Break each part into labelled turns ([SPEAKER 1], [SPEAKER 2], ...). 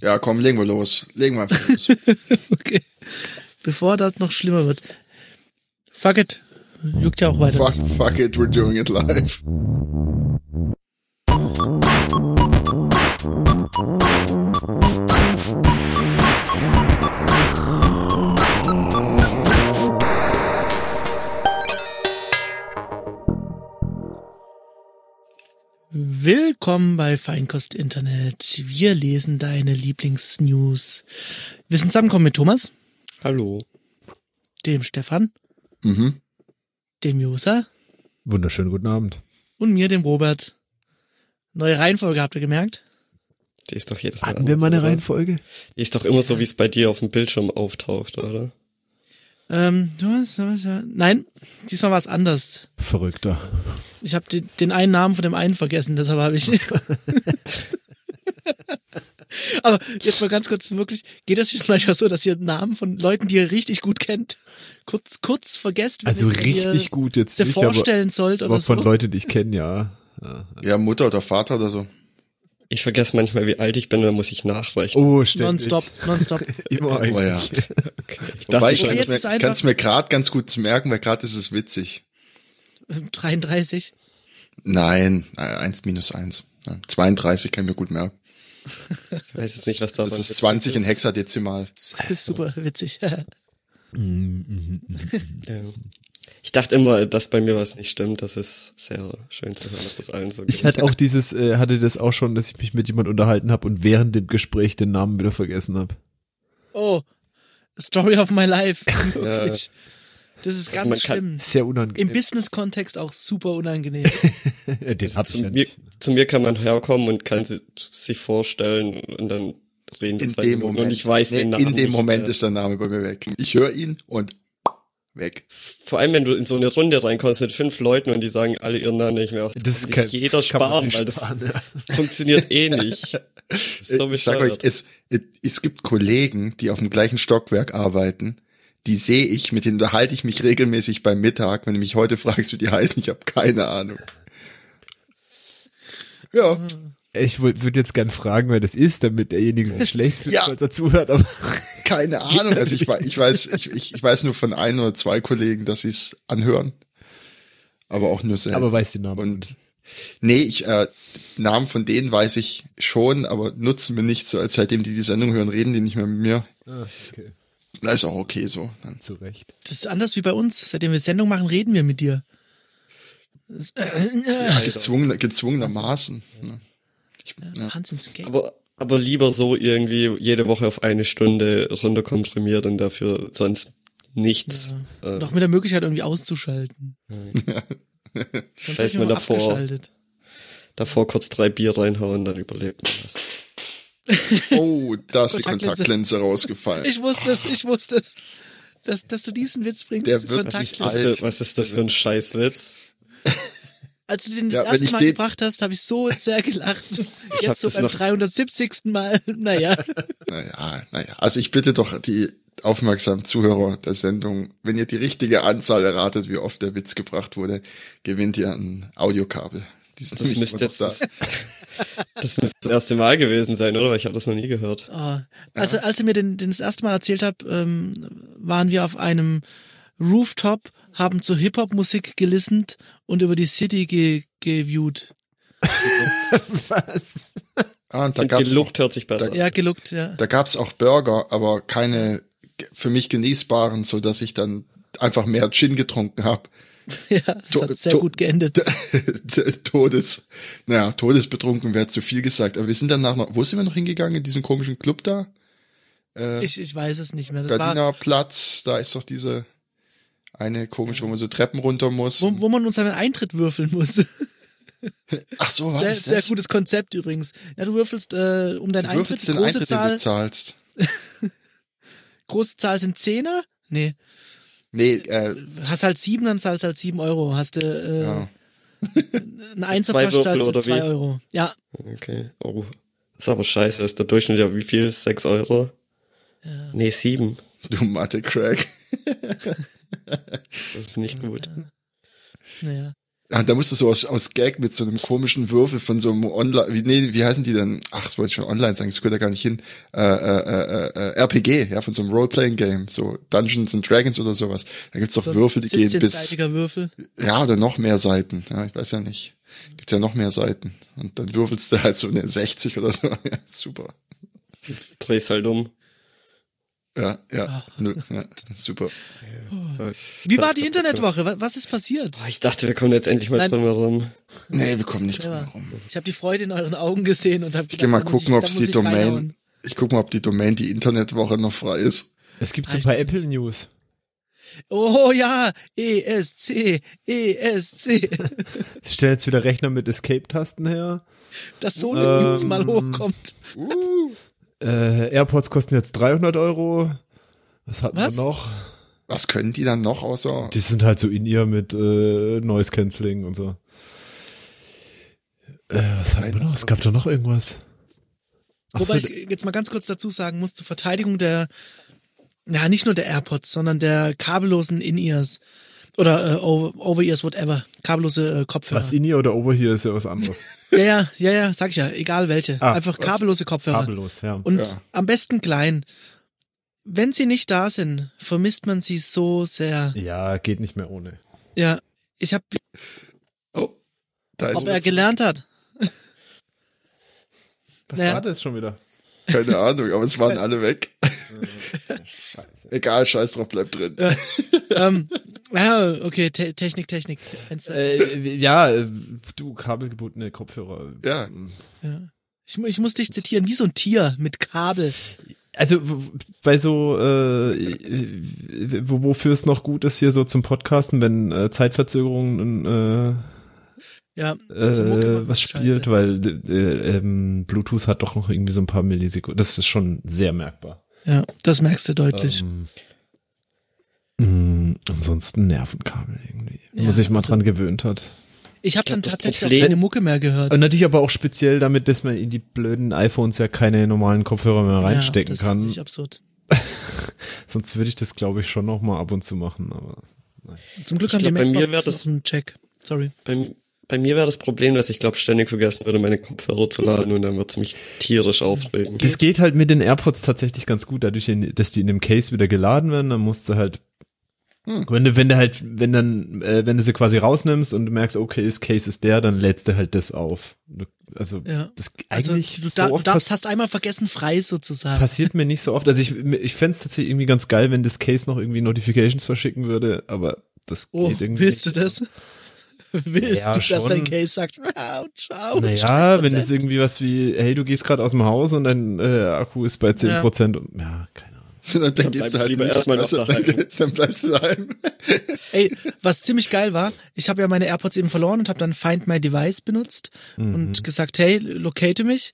[SPEAKER 1] Ja, komm, legen wir los. Legen wir einfach los.
[SPEAKER 2] okay. Bevor das noch schlimmer wird. Fuck it. Juckt ja auch weiter.
[SPEAKER 1] fuck, fuck it, we're doing it live.
[SPEAKER 2] Willkommen bei Feinkost Internet. Wir lesen deine Lieblingsnews. Wir sind zusammengekommen mit Thomas,
[SPEAKER 3] Hallo.
[SPEAKER 2] dem Stefan,
[SPEAKER 1] Mhm.
[SPEAKER 2] dem Josa
[SPEAKER 4] Wunderschönen guten Abend.
[SPEAKER 2] und mir, dem Robert. Neue Reihenfolge habt ihr gemerkt?
[SPEAKER 3] Die ist doch jedes Mal.
[SPEAKER 4] Hatten wir mal eine
[SPEAKER 3] anders, oder?
[SPEAKER 4] Reihenfolge?
[SPEAKER 3] Die ist doch immer so, wie es bei dir auf dem Bildschirm auftaucht, oder?
[SPEAKER 2] Ähm, Thomas, Thomas, Thomas. Nein, diesmal war es anders.
[SPEAKER 4] Verrückter.
[SPEAKER 2] Ich habe den, den einen Namen von dem einen vergessen, deshalb habe ich. Aber jetzt mal ganz kurz wirklich, geht das jetzt manchmal so, dass ihr Namen von Leuten, die ihr richtig gut kennt, kurz, kurz vergesst, wenn
[SPEAKER 4] Also
[SPEAKER 2] ihr
[SPEAKER 4] richtig gut jetzt
[SPEAKER 2] sie
[SPEAKER 4] nicht, aber,
[SPEAKER 2] vorstellen sollt oder
[SPEAKER 4] aber von
[SPEAKER 2] so?
[SPEAKER 4] Leuten, die ich kenne, ja.
[SPEAKER 1] Ja, Mutter oder Vater oder so.
[SPEAKER 3] Ich vergesse manchmal, wie alt ich bin, dann muss ich nachrechnen.
[SPEAKER 4] Oh, ständig.
[SPEAKER 2] Nonstop, nonstop.
[SPEAKER 4] Immer
[SPEAKER 1] Oh ja.
[SPEAKER 4] eigentlich.
[SPEAKER 3] Ich
[SPEAKER 1] Oh, Wobei,
[SPEAKER 3] dachte
[SPEAKER 1] ich
[SPEAKER 3] schon,
[SPEAKER 2] Okay,
[SPEAKER 1] kann es
[SPEAKER 2] jetzt ist
[SPEAKER 1] mir,
[SPEAKER 2] einfach-
[SPEAKER 1] kann's mir gerade ganz gut merken, weil gerade ist es witzig.
[SPEAKER 2] 33.
[SPEAKER 1] Nein, äh, eins minus eins. Ja, 32 kann ich mir gut merken.
[SPEAKER 3] ich weiß jetzt nicht, was da
[SPEAKER 1] Das ist 20 in Hexadezimal.
[SPEAKER 4] Also.
[SPEAKER 2] Super witzig.
[SPEAKER 4] Mhm.
[SPEAKER 3] Ich dachte immer, dass bei mir was nicht stimmt. Das ist sehr schön zu hören, dass das allen so
[SPEAKER 4] Ich
[SPEAKER 3] geht.
[SPEAKER 4] hatte auch dieses, äh, hatte das auch schon, dass ich mich mit jemand unterhalten habe und während dem Gespräch den Namen wieder vergessen habe.
[SPEAKER 2] Oh, Story of my life. Wirklich. Das ist ganz
[SPEAKER 3] Also man kann-
[SPEAKER 2] schlimm.
[SPEAKER 4] Sehr
[SPEAKER 2] Im
[SPEAKER 4] unangenehm.
[SPEAKER 2] Business-Kontext auch super unangenehm.
[SPEAKER 4] Äh, den hab ich
[SPEAKER 3] zu,
[SPEAKER 4] ja
[SPEAKER 3] mir,
[SPEAKER 4] nicht.
[SPEAKER 3] zu mir kann man herkommen und kann sie, sich vorstellen und dann reden wir
[SPEAKER 1] In
[SPEAKER 3] zwei
[SPEAKER 1] dem
[SPEAKER 3] Minuten
[SPEAKER 1] Moment.
[SPEAKER 3] und ich weiß
[SPEAKER 1] nee,
[SPEAKER 3] den Namen
[SPEAKER 1] in dem
[SPEAKER 3] nicht
[SPEAKER 1] Moment
[SPEAKER 3] mehr.
[SPEAKER 1] ist der Name bei mir weg. Ich höre ihn und weg.
[SPEAKER 3] Vor allem, wenn du in so eine Runde reinkommst mit fünf Leuten und die sagen alle ihren Namen nicht mehr.
[SPEAKER 4] Das
[SPEAKER 3] kann
[SPEAKER 4] kann,
[SPEAKER 3] sich jeder
[SPEAKER 4] kann man
[SPEAKER 3] sparen,
[SPEAKER 4] sich
[SPEAKER 3] weil das
[SPEAKER 4] sparen, ja.
[SPEAKER 3] funktioniert eh nicht. Das ist So
[SPEAKER 1] ich sag euch,
[SPEAKER 3] bescheuert.
[SPEAKER 1] es, es gibt Kollegen, die auf dem gleichen Stockwerk arbeiten. Die sehe ich, mit denen unterhalte ich mich regelmäßig beim Mittag. Wenn du mich heute fragst, wie die heißen, ich habe keine Ahnung. Ja,
[SPEAKER 4] Ich würde jetzt gern fragen, wer das ist, damit derjenige sich schlecht fühlt,
[SPEAKER 1] Ja.
[SPEAKER 4] falls er zuhört. Aber
[SPEAKER 1] keine Ahnung. Also ich, wei- ich weiß, ich, ich, ich weiß nur von ein oder zwei Kollegen, dass sie es anhören. Aber auch nur selten.
[SPEAKER 4] Aber weiß den Namen
[SPEAKER 1] Und
[SPEAKER 4] nicht.
[SPEAKER 1] nee, ich äh, Namen von denen weiß ich schon, aber nutzen mir nicht so, als seitdem die die Sendung hören, reden die nicht mehr mit mir.
[SPEAKER 4] Ah, okay.
[SPEAKER 1] Das ist auch okay so. Dann.
[SPEAKER 4] Zu Recht.
[SPEAKER 2] Das ist anders wie bei uns. Seitdem wir Sendung machen, reden wir mit dir. Das, äh,
[SPEAKER 1] Gezwungen, gezwungenermaßen. ne.
[SPEAKER 2] Wahnsinns äh, Gag.
[SPEAKER 3] Aber, aber lieber so irgendwie jede Woche auf eine Stunde runterkomprimiert und dafür sonst nichts. Äh,
[SPEAKER 2] Noch mit der Möglichkeit, irgendwie auszuschalten. Sonst
[SPEAKER 3] Da
[SPEAKER 2] hab
[SPEAKER 3] ist
[SPEAKER 2] ich
[SPEAKER 3] man
[SPEAKER 2] immer
[SPEAKER 3] davor.
[SPEAKER 2] abgeschaltet.
[SPEAKER 3] Davor kurz drei Bier reinhauen, dann überlebt man das.
[SPEAKER 1] Oh, da ist die
[SPEAKER 2] Kontaktlinse.
[SPEAKER 1] Kontaktlinse rausgefallen.
[SPEAKER 2] Ich wusste es, ich wusste es. Dass, dass du diesen Witz bringst,
[SPEAKER 1] Der
[SPEAKER 2] diese
[SPEAKER 1] wird-
[SPEAKER 3] Was ist
[SPEAKER 2] Kontaktliste.
[SPEAKER 3] das,
[SPEAKER 1] Alt.
[SPEAKER 3] für, was ist das für ein Scheißwitz?
[SPEAKER 2] Als du den das
[SPEAKER 1] Ja, wenn
[SPEAKER 2] erste
[SPEAKER 1] ich
[SPEAKER 2] Mal
[SPEAKER 1] den-
[SPEAKER 2] gebracht hast, habe ich so sehr gelacht.
[SPEAKER 3] hab
[SPEAKER 2] Jetzt so
[SPEAKER 3] das
[SPEAKER 2] beim
[SPEAKER 3] noch-
[SPEAKER 2] 370. Mal. Naja,
[SPEAKER 1] Naja, naja. Also ich bitte doch die aufmerksamen Zuhörer der Sendung, wenn ihr die richtige Anzahl erratet, wie oft der Witz gebracht wurde, gewinnt ihr ein Audiokabel. Die sind
[SPEAKER 3] Das
[SPEAKER 1] nämlich
[SPEAKER 3] müsste
[SPEAKER 1] immer noch
[SPEAKER 3] jetzt das, das müsste das erste Mal gewesen sein, oder? Weil ich habe das noch nie gehört.
[SPEAKER 2] Oh. Also, als ihr mir den, den das erste Mal erzählt habt, ähm, waren wir auf einem Rooftop, haben zu Hip-Hop-Musik gelistet und über die City ge geviewt.
[SPEAKER 4] Was?
[SPEAKER 1] da. Ah, und da
[SPEAKER 3] Und
[SPEAKER 1] gab's auch,
[SPEAKER 3] geluckt hört sich besser.
[SPEAKER 2] Ja, geluckt, ja.
[SPEAKER 1] da gab's auch Burger, aber keine g- für mich genießbaren, so dass ich dann einfach mehr Gin getrunken habe.
[SPEAKER 2] Ja, es
[SPEAKER 1] To-
[SPEAKER 2] hat sehr
[SPEAKER 1] to-
[SPEAKER 2] gut geendet.
[SPEAKER 1] Todes, naja, todesbetrunken wäre zu viel gesagt. Aber wir sind danach noch, wo sind wir noch hingegangen? In diesem komischen Club da?
[SPEAKER 2] Ich, ich weiß es nicht mehr. Das war,
[SPEAKER 1] Berliner Platz, da ist doch diese eine komische, wo man so Treppen runter muss.
[SPEAKER 2] wo, wo man uns einen Eintritt würfeln muss.
[SPEAKER 1] Ach so, was
[SPEAKER 2] Sehr,
[SPEAKER 1] ist
[SPEAKER 2] sehr
[SPEAKER 1] das?
[SPEAKER 2] gutes Konzept übrigens. Ja, du würfelst äh, um deinen
[SPEAKER 1] du
[SPEAKER 2] Eintritt,
[SPEAKER 1] würfelst den
[SPEAKER 2] große
[SPEAKER 1] Eintritt, den
[SPEAKER 2] Zahl.
[SPEAKER 1] du zahlst.
[SPEAKER 2] Große Zahl sind Zehner? Nee.
[SPEAKER 1] Nee, äh,
[SPEAKER 2] Hast halt sieben, dann zahlst halt sieben Euro. Hast du äh,
[SPEAKER 1] ja.
[SPEAKER 2] einen Einser
[SPEAKER 3] Zwei
[SPEAKER 2] zahlst
[SPEAKER 3] Würfel
[SPEAKER 2] du
[SPEAKER 3] oder
[SPEAKER 2] zwei
[SPEAKER 3] wie?
[SPEAKER 2] Euro. Ja,
[SPEAKER 3] Okay. Oh. Ist aber scheiße. Ist der Durchschnitt ja wie viel? Sechs Euro? Nee, sieben.
[SPEAKER 1] du Mathe-Crack.
[SPEAKER 3] Das ist nicht gut.
[SPEAKER 2] naja.
[SPEAKER 1] Ja, da musst du so aus, aus Gag mit so einem komischen Würfel von so einem Online, wie, nee, wie heißen die denn? Ach, das wollte ich schon online sagen, das gehört da gar nicht hin. Äh, äh, äh, äh, RPG, ja, von so einem Role-Playing-Game, so Dungeons and Dragons oder sowas. Da gibt's doch
[SPEAKER 2] So ein
[SPEAKER 1] Würfel, die gehen bis,
[SPEAKER 2] 17-seitiger Würfel.
[SPEAKER 1] ja, oder noch mehr Seiten, ja, ich weiß ja nicht. Gibt's ja noch mehr Seiten. Und dann würfelst du halt so eine 60 oder so, ja, super.
[SPEAKER 3] Dreh's halt um.
[SPEAKER 1] Ja, ja,
[SPEAKER 2] Ah.
[SPEAKER 1] nö, ja super.
[SPEAKER 2] Wie war die Internetwoche? Wa- Was ist passiert?
[SPEAKER 3] Oh, Ich dachte, wir kommen jetzt endlich mal
[SPEAKER 2] Nein.
[SPEAKER 3] drüber rum.
[SPEAKER 1] Nee, wir kommen nicht drum
[SPEAKER 2] Clever.
[SPEAKER 1] herum.
[SPEAKER 2] Ich habe die Freude in euren Augen gesehen und habe
[SPEAKER 1] Ich geh mal
[SPEAKER 2] da muss
[SPEAKER 1] gucken,
[SPEAKER 2] ich-
[SPEAKER 1] ob
[SPEAKER 2] da muss
[SPEAKER 1] die
[SPEAKER 2] ich
[SPEAKER 1] Domain,
[SPEAKER 2] reinhauen.
[SPEAKER 1] ich guck mal, ob die Domain die Internetwoche noch frei ist.
[SPEAKER 4] Es gibt so ein
[SPEAKER 2] Reicht
[SPEAKER 4] paar Apple News.
[SPEAKER 2] Oh ja, ESC, ESC.
[SPEAKER 4] Sie stellen jetzt wieder Rechner mit Escape-Tasten her.
[SPEAKER 2] Dass so eine News
[SPEAKER 4] Ähm.
[SPEAKER 2] mal hochkommt.
[SPEAKER 4] Äh, AirPods kosten jetzt 300 Euro. Was hatten
[SPEAKER 2] Was?
[SPEAKER 4] wir noch?
[SPEAKER 1] Was können die dann noch außer?
[SPEAKER 4] Die sind halt so in ihr mit äh, Noise Cancelling und so. Äh, was hatten wir noch? Es gab doch noch irgendwas. Ach so,
[SPEAKER 2] Wobei ich jetzt mal ganz kurz dazu sagen muss, zur Verteidigung der, ja, nicht nur der AirPods, sondern der kabellosen In-Ears. Oder äh, O- Over-Ears, whatever. Kabellose äh, Kopfhörer.
[SPEAKER 4] was in ihr oder over hier ist ja was anderes.
[SPEAKER 2] ja, ja, ja, ja, sag ich ja. Egal welche.
[SPEAKER 4] Ah,
[SPEAKER 2] Einfach
[SPEAKER 4] was?
[SPEAKER 2] kabellose Kopfhörer.
[SPEAKER 4] Kabellos, ja.
[SPEAKER 2] Und
[SPEAKER 1] Ja.
[SPEAKER 2] am besten klein. Wenn sie nicht da sind, vermisst man sie so sehr.
[SPEAKER 4] ja, geht nicht mehr ohne.
[SPEAKER 2] Ja, ich habe,
[SPEAKER 1] Oh, da
[SPEAKER 4] Also
[SPEAKER 1] ist
[SPEAKER 2] ob er gelernt hat.
[SPEAKER 4] Was
[SPEAKER 2] Naja.
[SPEAKER 4] war das schon wieder?
[SPEAKER 1] keine Ahnung, aber es waren alle weg. Egal, scheiß drauf, bleibt drin.
[SPEAKER 2] ähm, ja, okay, Te Technik, Technik. Eins,
[SPEAKER 4] Äh, ja, äh, du kabelgebundene Kopfhörer. Mhm.
[SPEAKER 1] Ja.
[SPEAKER 2] ja. ich, mu- ich muss dich zitieren, wie so ein Tier mit Kabel.
[SPEAKER 4] Also w- w- bei so äh, äh, wo- wofür es noch gut ist hier so zum Podcasten, wenn äh, Zeitverzögerungen
[SPEAKER 2] Ja,
[SPEAKER 4] äh,
[SPEAKER 2] so Mucke
[SPEAKER 4] äh,
[SPEAKER 2] macht
[SPEAKER 4] was
[SPEAKER 2] Scheiße.
[SPEAKER 4] spielt, weil äh, ähm, Bluetooth hat doch noch irgendwie so ein paar Millisekunden. Das ist schon sehr merkbar.
[SPEAKER 2] Ja, das merkst du deutlich.
[SPEAKER 4] Ähm, mh, Ähm, mm, ansonsten Nervenkabel irgendwie, wenn
[SPEAKER 2] Ja,
[SPEAKER 4] man sich mal
[SPEAKER 2] also-
[SPEAKER 4] dran gewöhnt hat.
[SPEAKER 2] ich habe
[SPEAKER 3] glaub,
[SPEAKER 2] dann
[SPEAKER 3] das
[SPEAKER 2] tatsächlich
[SPEAKER 3] Problem-
[SPEAKER 2] auch keine Mucke mehr gehört.
[SPEAKER 4] Und natürlich aber auch speziell damit, dass man in die blöden iPhones ja keine normalen Kopfhörer mehr
[SPEAKER 2] ja,
[SPEAKER 4] reinstecken
[SPEAKER 2] das Ist
[SPEAKER 4] kann.
[SPEAKER 2] natürlich absurd.
[SPEAKER 4] Sonst würde ich das glaube ich schon noch mal ab und zu machen, aber
[SPEAKER 2] Zum Glück
[SPEAKER 3] Ich
[SPEAKER 2] haben
[SPEAKER 3] glaub,
[SPEAKER 2] die
[SPEAKER 3] bei mir
[SPEAKER 2] Macbooks
[SPEAKER 3] wär das-
[SPEAKER 2] noch einen Check. Sorry.
[SPEAKER 3] Bei, bei mir wäre das Problem, dass ich glaube ständig vergessen würde, meine Kopfhörer zu laden und dann wird's mich tierisch aufregen.
[SPEAKER 4] Das geht halt mit den AirPods tatsächlich ganz gut, dadurch, dass die in dem Case wieder geladen werden, dann musst du halt
[SPEAKER 2] Hm.
[SPEAKER 4] wenn du, wenn du halt, wenn dann, äh, wenn du sie quasi rausnimmst und du merkst, okay, das Case ist leer, dann lädst du halt das auf. Du- Also
[SPEAKER 2] Ja.
[SPEAKER 4] das
[SPEAKER 2] Also,
[SPEAKER 4] eigentlich
[SPEAKER 2] du,
[SPEAKER 4] so
[SPEAKER 2] da, du
[SPEAKER 4] oft
[SPEAKER 2] darfst,
[SPEAKER 4] pass
[SPEAKER 2] hast einmal vergessen, frei sozusagen.
[SPEAKER 4] passiert mir nicht so oft. Also ich, ich fänd's tatsächlich irgendwie ganz geil, wenn das Case noch irgendwie Notifications verschicken würde, aber das
[SPEAKER 2] Oh,
[SPEAKER 4] geht irgendwie.
[SPEAKER 2] willst du
[SPEAKER 4] nicht.
[SPEAKER 2] das? Willst
[SPEAKER 4] Ja,
[SPEAKER 2] du, dass
[SPEAKER 4] schon.
[SPEAKER 2] dein Case sagt, ouch, ouch.
[SPEAKER 4] Naja, wenn das
[SPEAKER 2] 3%.
[SPEAKER 4] irgendwie was wie, hey, du gehst gerade aus dem Haus und dein äh, Akku ist bei 10 Prozent ja. und ja, keine Ahnung.
[SPEAKER 1] Dann, dann
[SPEAKER 3] bleib
[SPEAKER 1] gehst
[SPEAKER 3] ich
[SPEAKER 1] du halt
[SPEAKER 3] lieber
[SPEAKER 1] nicht,
[SPEAKER 3] erstmal
[SPEAKER 1] weißt du,
[SPEAKER 3] noch
[SPEAKER 1] dann,
[SPEAKER 3] daheim.
[SPEAKER 1] dann bleibst du daheim.
[SPEAKER 2] Ey, was ziemlich geil war, ich habe ja meine AirPods eben verloren und habe dann Find My Device benutzt
[SPEAKER 4] Mhm.
[SPEAKER 2] und gesagt, hey, locate mich.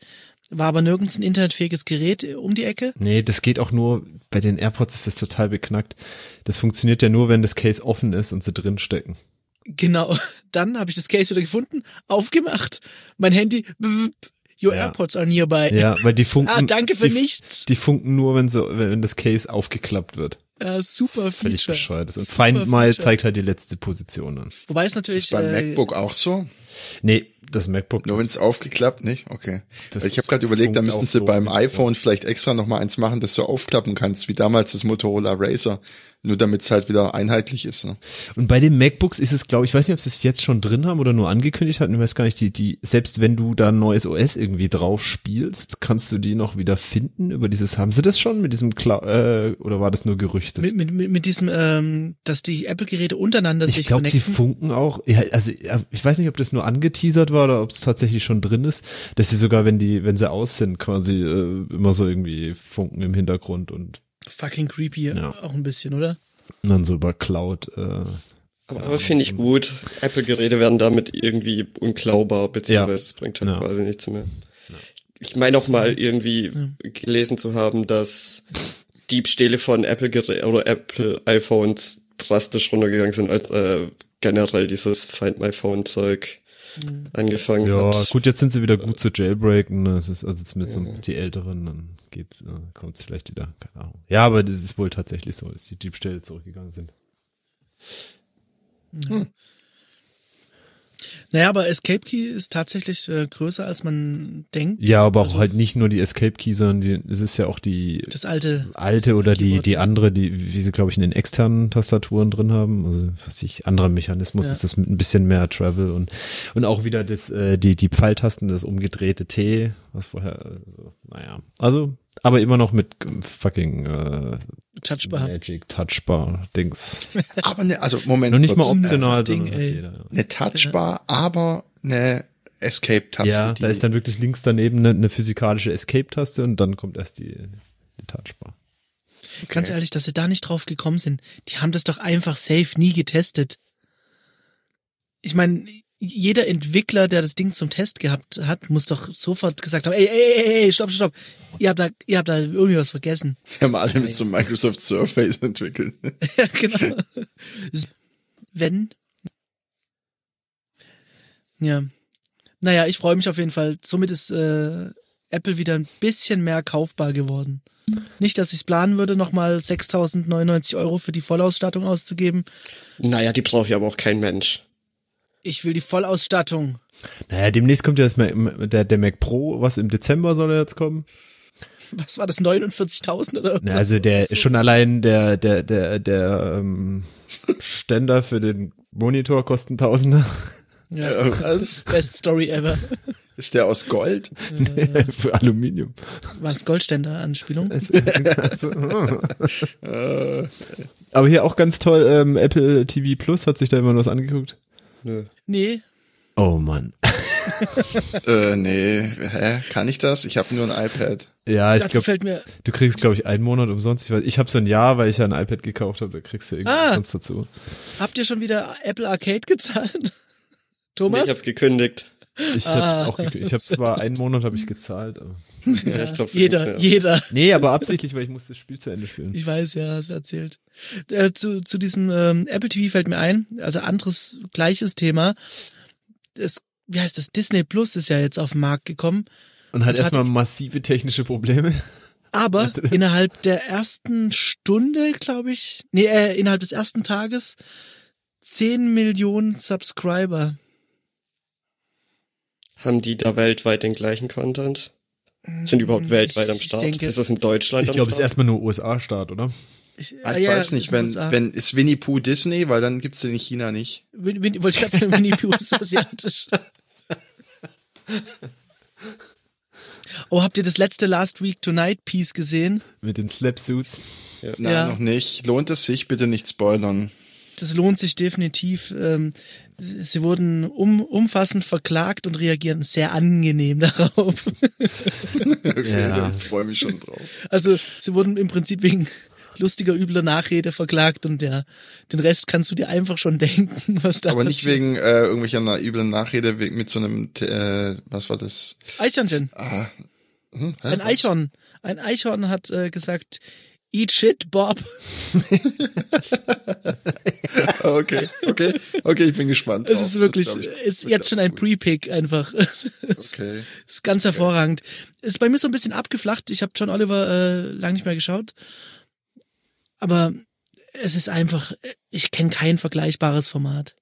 [SPEAKER 2] War aber nirgends ein internetfähiges Gerät äh, um die Ecke.
[SPEAKER 4] Nee, das geht auch nur, bei den AirPods ist das total beknackt. Das funktioniert ja nur, wenn das Case offen ist und sie drin stecken.
[SPEAKER 2] Genau. Dann habe ich das Case wieder gefunden, aufgemacht. Mein Handy, bzzp, your
[SPEAKER 4] Ja.
[SPEAKER 2] AirPods are nearby.
[SPEAKER 4] Ja, weil die funken.
[SPEAKER 2] Ah, danke für
[SPEAKER 4] die,
[SPEAKER 2] nichts.
[SPEAKER 4] Die funken nur, wenn so, wenn das Case aufgeklappt wird.
[SPEAKER 2] Ja, super
[SPEAKER 4] Völlig
[SPEAKER 2] Feature.
[SPEAKER 4] bescheuert. ist. Und
[SPEAKER 2] Super
[SPEAKER 4] Find My
[SPEAKER 2] Feature.
[SPEAKER 4] zeigt halt die letzte Position an.
[SPEAKER 2] Wobei es
[SPEAKER 1] Ist
[SPEAKER 2] natürlich
[SPEAKER 1] das beim
[SPEAKER 2] äh,
[SPEAKER 1] MacBook auch so?
[SPEAKER 4] Nee, das MacBook.
[SPEAKER 1] Nur wenn es aufgeklappt, nicht? Okay.
[SPEAKER 4] Das
[SPEAKER 1] Weil ich habe gerade überlegt, da
[SPEAKER 4] funkt
[SPEAKER 1] müssten
[SPEAKER 4] auch
[SPEAKER 1] sie
[SPEAKER 4] so
[SPEAKER 1] beim
[SPEAKER 4] mit,
[SPEAKER 1] iPhone vielleicht extra nochmal eins machen, dass du aufklappen kannst, wie damals das Motorola Razer. Nur damit es halt wieder einheitlich ist. Ne?
[SPEAKER 4] Und bei den MacBooks ist es, glaube ich, weiß nicht, ob sie es jetzt schon drin haben oder nur angekündigt hatten, ich weiß gar nicht, die, die, selbst wenn du da ein neues OS irgendwie drauf spielst, kannst du die noch wieder finden über dieses, haben sie das schon mit diesem, Clou- äh, oder war das nur Gerüchte?
[SPEAKER 2] mit, mit, mit, mit diesem, ähm, dass die Apple-Geräte untereinander
[SPEAKER 4] Ich
[SPEAKER 2] sich
[SPEAKER 4] glaube, die
[SPEAKER 2] connecten.
[SPEAKER 4] funken auch. Ja, also ja, ich weiß nicht, ob das nur angeteasert war oder ob es tatsächlich schon drin ist, dass sie sogar, wenn die, wenn sie aus sind, quasi äh, immer so irgendwie funken im Hintergrund und
[SPEAKER 2] Fucking creepy
[SPEAKER 4] Ja.
[SPEAKER 2] auch ein bisschen, oder?
[SPEAKER 4] dann so über Cloud. Äh,
[SPEAKER 3] Aber, aber finde ich gut. Apple-Geräte werden damit irgendwie unklaubar, beziehungsweise es bringt halt
[SPEAKER 4] Ja.
[SPEAKER 3] quasi nichts mehr. Ich meine auch mal irgendwie gelesen zu haben, dass Diebstähle von Apple-Geräten oder Apple-iPhones drastisch runtergegangen sind, als äh, generell dieses Find My Phone-Zeug angefangen
[SPEAKER 4] ja,
[SPEAKER 3] hat.
[SPEAKER 4] gut, jetzt sind sie wieder gut zu jailbreaken. ne, Es ist also zumindest so die Älteren, dann geht's, äh, kommt's vielleicht wieder, keine Ahnung. Ja, aber das ist wohl tatsächlich so, dass die Diebstähle zurückgegangen sind.
[SPEAKER 2] Naja, aber Escape Key ist tatsächlich äh, größer, als man denkt.
[SPEAKER 4] Ja, aber auch halt nicht nur die Escape Key, sondern die, es ist ja auch die
[SPEAKER 2] Das alte.
[SPEAKER 4] alte oder die,
[SPEAKER 2] Keyboard,
[SPEAKER 4] die
[SPEAKER 2] ja.
[SPEAKER 4] andere, die, wie sie, glaube ich, in den externen Tastaturen drin haben. Also, was ich, anderer Mechanismus
[SPEAKER 2] Ja.
[SPEAKER 4] ist das mit ein bisschen mehr Travel und, und auch wieder das, äh, die, die Pfeiltasten, das umgedrehte T, was vorher, also, naja. Also, aber immer noch mit ähm, fucking äh,
[SPEAKER 2] Touchbar.
[SPEAKER 4] Magic Touchbar Dings.
[SPEAKER 1] Aber ne, also Moment.
[SPEAKER 4] Noch nicht mal
[SPEAKER 1] kurz.
[SPEAKER 4] optional,
[SPEAKER 2] Das Ding,
[SPEAKER 4] sondern hat
[SPEAKER 2] ey.
[SPEAKER 4] jeder, ja.
[SPEAKER 1] Eine Touchbar, aber eine Escape-Taste.
[SPEAKER 4] Ja,
[SPEAKER 1] die-
[SPEAKER 4] da ist dann wirklich links daneben eine, eine physikalische Escape-Taste und dann kommt erst die, die Touchbar.
[SPEAKER 2] Ganz ehrlich, dass sie da nicht drauf gekommen sind. Die haben das doch einfach safe nie getestet. Ich meine, jeder Entwickler, der das Ding zum Test gehabt hat, muss doch sofort gesagt haben, ey, ey, ey, ey, stopp, stopp, stopp. Ihr habt da, ihr habt da irgendwie was vergessen.
[SPEAKER 1] Die haben alle mit so einem Microsoft Surface entwickelt.
[SPEAKER 2] ja, genau. S- Wenn. Ja. Naja, ich freue mich auf jeden Fall. Somit ist äh, Apple wieder ein bisschen mehr kaufbar geworden. Nicht, dass ich es planen würde, nochmal 6.099 Euro für die Vollausstattung auszugeben.
[SPEAKER 3] Naja, die braucht ja aber auch kein Mensch.
[SPEAKER 2] Ich will die Vollausstattung.
[SPEAKER 4] Naja, demnächst kommt ja das, Ma- der, der Mac Pro, was im Dezember soll er jetzt kommen?
[SPEAKER 2] Was war das, 49.000 oder
[SPEAKER 4] Na,
[SPEAKER 2] so?
[SPEAKER 4] also der
[SPEAKER 2] so.
[SPEAKER 4] schon allein der der der der ähm, Ständer für den Monitor kosten Tausende
[SPEAKER 2] Ja. oh,
[SPEAKER 1] Was?
[SPEAKER 2] Best Story ever.
[SPEAKER 1] Ist der aus Gold?
[SPEAKER 4] für Aluminium.
[SPEAKER 2] Was, Goldständer-Anspielung?
[SPEAKER 4] Also, äh. Aber hier auch ganz toll ähm, Apple TV Plus hat sich da immer was angeguckt.
[SPEAKER 3] Nö.
[SPEAKER 2] Nee,
[SPEAKER 4] Oh Mann.
[SPEAKER 1] äh, nee. Hä? Kann ich das? Ich habe nur ein iPad.
[SPEAKER 4] Ja, ich
[SPEAKER 2] dazu
[SPEAKER 4] glaube,
[SPEAKER 2] fällt mir
[SPEAKER 4] du kriegst glaube ich einen Monat umsonst. Ich weiß, ich habe so ein Jahr, weil ich ja ein iPad gekauft habe. Da kriegst du irgendwas
[SPEAKER 2] Ah.
[SPEAKER 4] umsonst dazu.
[SPEAKER 2] Habt ihr schon wieder Apple Arcade gezahlt?
[SPEAKER 3] Nee,
[SPEAKER 2] Thomas?
[SPEAKER 3] ich hab's gekündigt.
[SPEAKER 4] Ich
[SPEAKER 2] Ah.
[SPEAKER 4] habe auch. Gekriegt. Ich habe zwar einen Monat habe ich gezahlt. Aber.
[SPEAKER 3] Ja, ich glaub's
[SPEAKER 2] jeder,
[SPEAKER 3] nicht, ja.
[SPEAKER 2] jeder.
[SPEAKER 4] Nee, aber absichtlich, weil ich musste das Spiel zu Ende spielen.
[SPEAKER 2] Ich weiß, ja, hast du erzählt. Äh, zu, zu diesem ähm, Apple TV fällt mir ein, also anderes, gleiches Thema. Es, wie heißt das? Disney Plus ist ja jetzt auf den Markt gekommen.
[SPEAKER 4] Und
[SPEAKER 2] Und hat-
[SPEAKER 4] hat erstmal massive technische Probleme.
[SPEAKER 2] Aber innerhalb der ersten Stunde, glaube ich, nee, äh, innerhalb des ersten Tages 10 Millionen Subscriber.
[SPEAKER 3] Haben die da weltweit den gleichen Content? Sind die überhaupt weltweit
[SPEAKER 2] Mm, ich-
[SPEAKER 3] am Start?
[SPEAKER 2] Ich denke,
[SPEAKER 3] ist das in Deutschland
[SPEAKER 4] Ich
[SPEAKER 3] am
[SPEAKER 4] glaube, es ist
[SPEAKER 3] Start?
[SPEAKER 4] erstmal nur USA-Start, oder?
[SPEAKER 2] ich, äh,
[SPEAKER 1] Ich weiß nicht, wenn,
[SPEAKER 2] ah.
[SPEAKER 1] wenn ist Winnie Pooh Disney, weil dann gibt's den in China nicht.
[SPEAKER 2] Win, Win, wollte ich gerade sagen, Winnie Pooh ist asiatisch. Oh, habt ihr das letzte Last Week Tonight Piece gesehen?
[SPEAKER 4] Mit den Slapsuits.
[SPEAKER 1] Nein,
[SPEAKER 2] Ja.
[SPEAKER 1] noch nicht. Lohnt es sich? Bitte nicht spoilern.
[SPEAKER 2] Das lohnt sich definitiv. Ähm, sie sie wurden um, umfassend verklagt und reagieren sehr angenehm darauf.
[SPEAKER 1] Ja. Ich freue mich schon drauf.
[SPEAKER 2] Also sie wurden im Prinzip wegen lustiger, übler Nachrede verklagt und der, den Rest kannst du dir einfach schon denken, was da
[SPEAKER 1] Aber nicht
[SPEAKER 2] passiert.
[SPEAKER 1] wegen äh, irgendwelcher na- üblen Nachrede we- mit so einem, äh, was war das?
[SPEAKER 2] Eichhörnchen.
[SPEAKER 1] Ah, hm, hä,
[SPEAKER 2] Ein
[SPEAKER 1] was?
[SPEAKER 2] Eichhorn. Ein Eichhorn hat äh, gesagt, eat shit, Bob.
[SPEAKER 1] Ah, Okay, okay, okay, ich bin gespannt.
[SPEAKER 2] Es
[SPEAKER 1] drauf.
[SPEAKER 2] ist
[SPEAKER 1] Das
[SPEAKER 2] wirklich,
[SPEAKER 1] glaub ich-
[SPEAKER 2] ist
[SPEAKER 1] das
[SPEAKER 2] jetzt schon
[SPEAKER 1] glaub
[SPEAKER 2] ein
[SPEAKER 1] ich gut.
[SPEAKER 2] Pre-Pick einfach.
[SPEAKER 1] Okay.
[SPEAKER 2] ist ganz hervorragend. Ist bei mir so ein bisschen abgeflacht. Ich habe John Oliver äh, lang nicht mehr geschaut. Aber es ist einfach, ich kenne kein vergleichbares Format,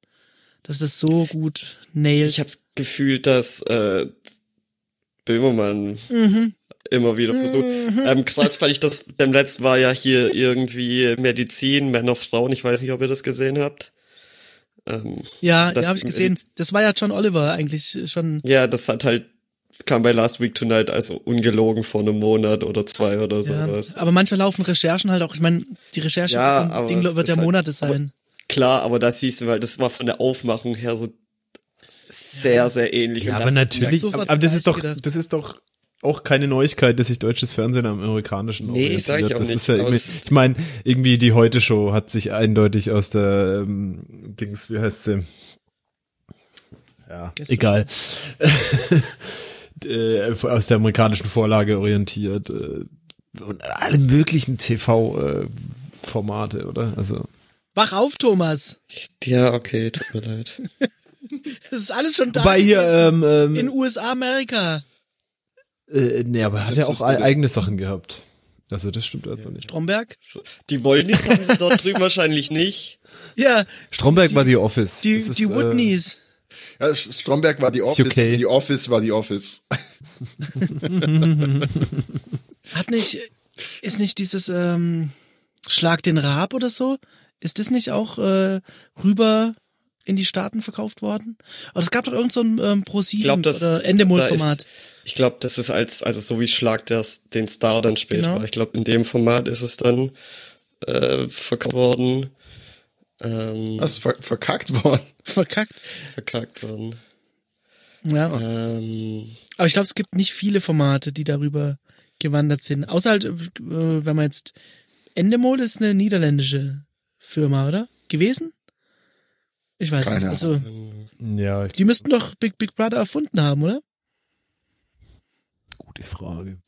[SPEAKER 2] dass das so gut nailt.
[SPEAKER 3] Ich hab's Gefühl, dass äh, Böhmermann
[SPEAKER 2] mhm.
[SPEAKER 3] immer wieder versucht. Ähm, krass fand ich das, beim letzten war ja hier irgendwie Medizin, Männer, Frauen, ich weiß nicht, ob ihr das gesehen habt. Ähm,
[SPEAKER 2] Ja,
[SPEAKER 3] Das-
[SPEAKER 2] ja, habe ich gesehen. Das war ja John Oliver eigentlich schon.
[SPEAKER 3] ja, das hat halt, kam bei Last Week Tonight, also ungelogen vor einem Monat oder zwei oder
[SPEAKER 2] Ja.
[SPEAKER 3] sowas.
[SPEAKER 2] Aber manchmal laufen Recherchen halt auch. Ich meine, die Recherche
[SPEAKER 3] Ja,
[SPEAKER 2] für so ein
[SPEAKER 3] aber
[SPEAKER 2] Ding
[SPEAKER 3] es
[SPEAKER 2] wird
[SPEAKER 3] ist
[SPEAKER 2] der
[SPEAKER 3] halt-
[SPEAKER 2] Monate
[SPEAKER 3] aber-
[SPEAKER 2] sein.
[SPEAKER 3] Klar, aber das siehst du, weil das war von der Aufmachung her so sehr, sehr ähnlich.
[SPEAKER 4] Ja,
[SPEAKER 3] Und
[SPEAKER 4] aber
[SPEAKER 3] da-
[SPEAKER 4] natürlich.
[SPEAKER 2] so
[SPEAKER 4] aber
[SPEAKER 2] war's
[SPEAKER 4] aber das ist doch,
[SPEAKER 2] gleich wieder.
[SPEAKER 4] das ist doch auch keine Neuigkeit, dass sich deutsches Fernsehen am amerikanischen
[SPEAKER 3] Nee,
[SPEAKER 4] orientiert.
[SPEAKER 3] sag ich auch
[SPEAKER 4] das
[SPEAKER 3] nicht,
[SPEAKER 4] Ist ja
[SPEAKER 3] aber
[SPEAKER 4] irgendwie,
[SPEAKER 3] es-
[SPEAKER 4] ich meine, irgendwie die Heute-Show hat sich eindeutig aus der ähm, Dings, wie heißt sie? Ja,
[SPEAKER 2] Gestern.
[SPEAKER 4] egal. äh, aus der amerikanischen Vorlage orientiert. Äh, und alle möglichen TV-Formate, oder? Also.
[SPEAKER 2] Wach auf, Thomas.
[SPEAKER 3] ja, okay, tut mir leid.
[SPEAKER 2] Es ist alles schon da.
[SPEAKER 4] Wobei hier, ähm,
[SPEAKER 3] äh,
[SPEAKER 4] ähm,
[SPEAKER 2] in USA, Amerika.
[SPEAKER 4] Äh, nee, aber hat er auch
[SPEAKER 1] Simpsons
[SPEAKER 4] ei-
[SPEAKER 1] Diddy.
[SPEAKER 4] eigene Sachen gehabt. Also das stimmt also nicht.
[SPEAKER 2] Stromberg?
[SPEAKER 3] So, Die wollen die haben sie dort drüben wahrscheinlich nicht.
[SPEAKER 2] Ja,
[SPEAKER 4] Stromberg war The Office.
[SPEAKER 2] die,
[SPEAKER 4] Das ist, äh,
[SPEAKER 2] die Woodneys.
[SPEAKER 1] Ja, Stromberg war die Office,
[SPEAKER 4] okay.
[SPEAKER 1] die Office war die Office.
[SPEAKER 2] Hat nicht, ist nicht dieses ähm, Schlag den Raab oder so? Ist das nicht auch äh, rüber in die Staaten verkauft worden? Aber es gab doch irgend so ein ähm,
[SPEAKER 3] Ich
[SPEAKER 2] ProSieben
[SPEAKER 3] glaube, das
[SPEAKER 2] oder
[SPEAKER 3] da ist-
[SPEAKER 2] Endemol-Format.
[SPEAKER 3] Ich glaube, das ist als also so wie Schlag das den Star dann später.
[SPEAKER 2] Genau.
[SPEAKER 3] war. Ich glaube, in dem Format ist es dann äh, verkauft worden. Ähm,
[SPEAKER 1] Was ver verkackt worden?
[SPEAKER 2] Verkackt.
[SPEAKER 3] verkackt worden.
[SPEAKER 2] Ja.
[SPEAKER 3] Ähm,
[SPEAKER 2] Aber ich glaube, es gibt nicht viele Formate, die darüber gewandert sind. Außer halt, äh, wenn man jetzt Endemol ist eine niederländische Firma, oder? Gewesen? Ich weiß
[SPEAKER 1] Keine
[SPEAKER 2] nicht. Also,
[SPEAKER 4] äh, Ja,
[SPEAKER 2] die müssten doch Big Big Brother erfunden haben, oder?
[SPEAKER 4] gute Frage.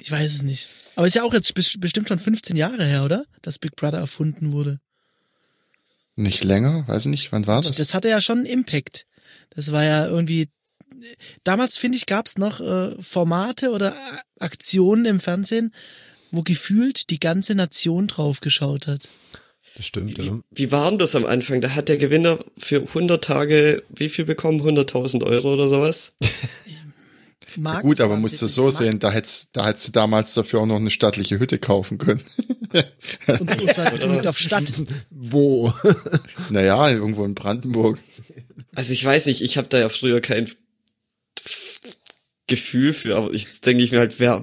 [SPEAKER 2] Ich weiß es nicht. Aber ist ja auch jetzt bes- bestimmt schon 15 Jahre her, oder? Dass Big Brother erfunden wurde.
[SPEAKER 1] Nicht länger, weiß ich nicht, wann war das?
[SPEAKER 2] Das hatte ja schon einen Impact. Das war ja irgendwie. Damals, finde ich, gab es noch äh, Formate oder A- Aktionen im Fernsehen, wo gefühlt die ganze Nation drauf geschaut hat.
[SPEAKER 4] Das stimmt,
[SPEAKER 3] wie,
[SPEAKER 4] ja.
[SPEAKER 3] wie war denn das am Anfang? Da hat der Gewinner für 100 Tage wie viel bekommen? 100.000 Euro oder sowas?
[SPEAKER 2] Mark
[SPEAKER 1] Gut, aber
[SPEAKER 2] war
[SPEAKER 1] musst du
[SPEAKER 2] wirklich
[SPEAKER 1] so
[SPEAKER 2] Mark-
[SPEAKER 1] sehen, da hättest, da hättest du damals dafür auch noch eine stattliche Hütte kaufen können.
[SPEAKER 2] Und, und zwar direkt auf Stadt.
[SPEAKER 4] Wo?
[SPEAKER 1] Naja, irgendwo in Brandenburg.
[SPEAKER 3] Also ich weiß nicht, ich habe da ja früher kein F- Gefühl für, aber ich denke ich mir halt, wer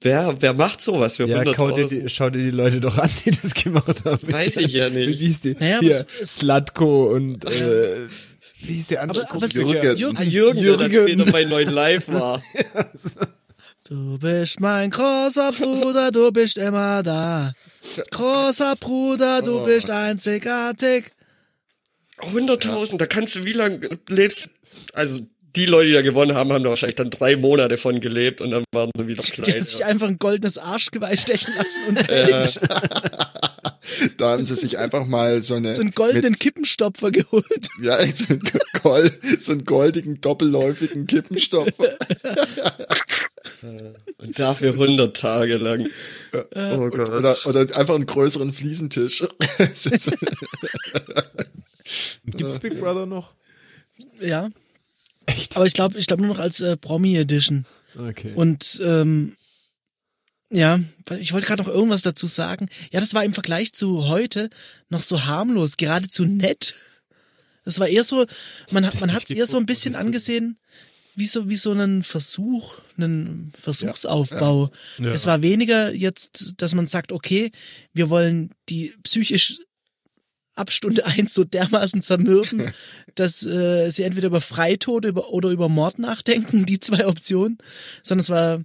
[SPEAKER 3] wer wer macht sowas für
[SPEAKER 4] Ja, schau dir,
[SPEAKER 3] 100.000?
[SPEAKER 4] die, schau dir die Leute doch an, die das gemacht haben.
[SPEAKER 3] Weiß ich ja nicht.
[SPEAKER 4] Wie ist die?
[SPEAKER 2] Naja, aber
[SPEAKER 4] hier,
[SPEAKER 2] es- es-
[SPEAKER 4] Slatko und äh, wie ist der andere?
[SPEAKER 2] Aber- aber es-
[SPEAKER 4] Kugeln?
[SPEAKER 1] Jürgen.
[SPEAKER 2] Jürgen-
[SPEAKER 3] Ah, Jürgen, der dann
[SPEAKER 4] Jürgen.
[SPEAKER 3] später bei neuen Live war.
[SPEAKER 2] Du bist mein großer Bruder, du bist immer da. Großer Bruder,
[SPEAKER 1] Oh.
[SPEAKER 2] du bist einzigartig.
[SPEAKER 3] 100.000, da kannst du wie lange lebst? Also die Leute, die da gewonnen haben, haben da wahrscheinlich dann drei Monate von gelebt und dann waren sie wieder
[SPEAKER 2] Die haben
[SPEAKER 3] klein.
[SPEAKER 2] sich einfach ein goldenes Arschgeweih stechen lassen und
[SPEAKER 1] Da haben sie sich einfach mal so eine
[SPEAKER 2] so einen goldenen Kippenstopfer geholt.
[SPEAKER 1] mit, ja, so, einen Gold, so einen goldigen doppelläufigen Kippenstopfer.
[SPEAKER 2] Oh
[SPEAKER 3] Und dafür 100 Tage lang. Oh Gott.
[SPEAKER 1] Oder, oder einfach einen größeren Fliesentisch.
[SPEAKER 4] Gibt's Big Brother noch?
[SPEAKER 2] Ja.
[SPEAKER 4] Echt?
[SPEAKER 2] Aber ich glaube, ich glaube nur noch als äh, Promi Edition.
[SPEAKER 4] Okay.
[SPEAKER 2] Und ähm, ja, ich wollte gerade noch irgendwas dazu sagen. Ja, das war im Vergleich zu heute noch so harmlos, geradezu nett. Das war eher so, man hat
[SPEAKER 4] das
[SPEAKER 2] man
[SPEAKER 4] nicht
[SPEAKER 2] hat eher so ein
[SPEAKER 4] geguckt,
[SPEAKER 2] bisschen
[SPEAKER 4] was ist das?
[SPEAKER 2] angesehen, wie so wie so einen Versuch, einen Versuchsaufbau.
[SPEAKER 4] Ja.
[SPEAKER 2] Es war weniger jetzt, dass man sagt, okay, wir wollen die psychisch ab Stunde eins so dermaßen zermürben, dass äh, sie entweder über Freitod über, oder über Mord nachdenken, die zwei Optionen, sondern es war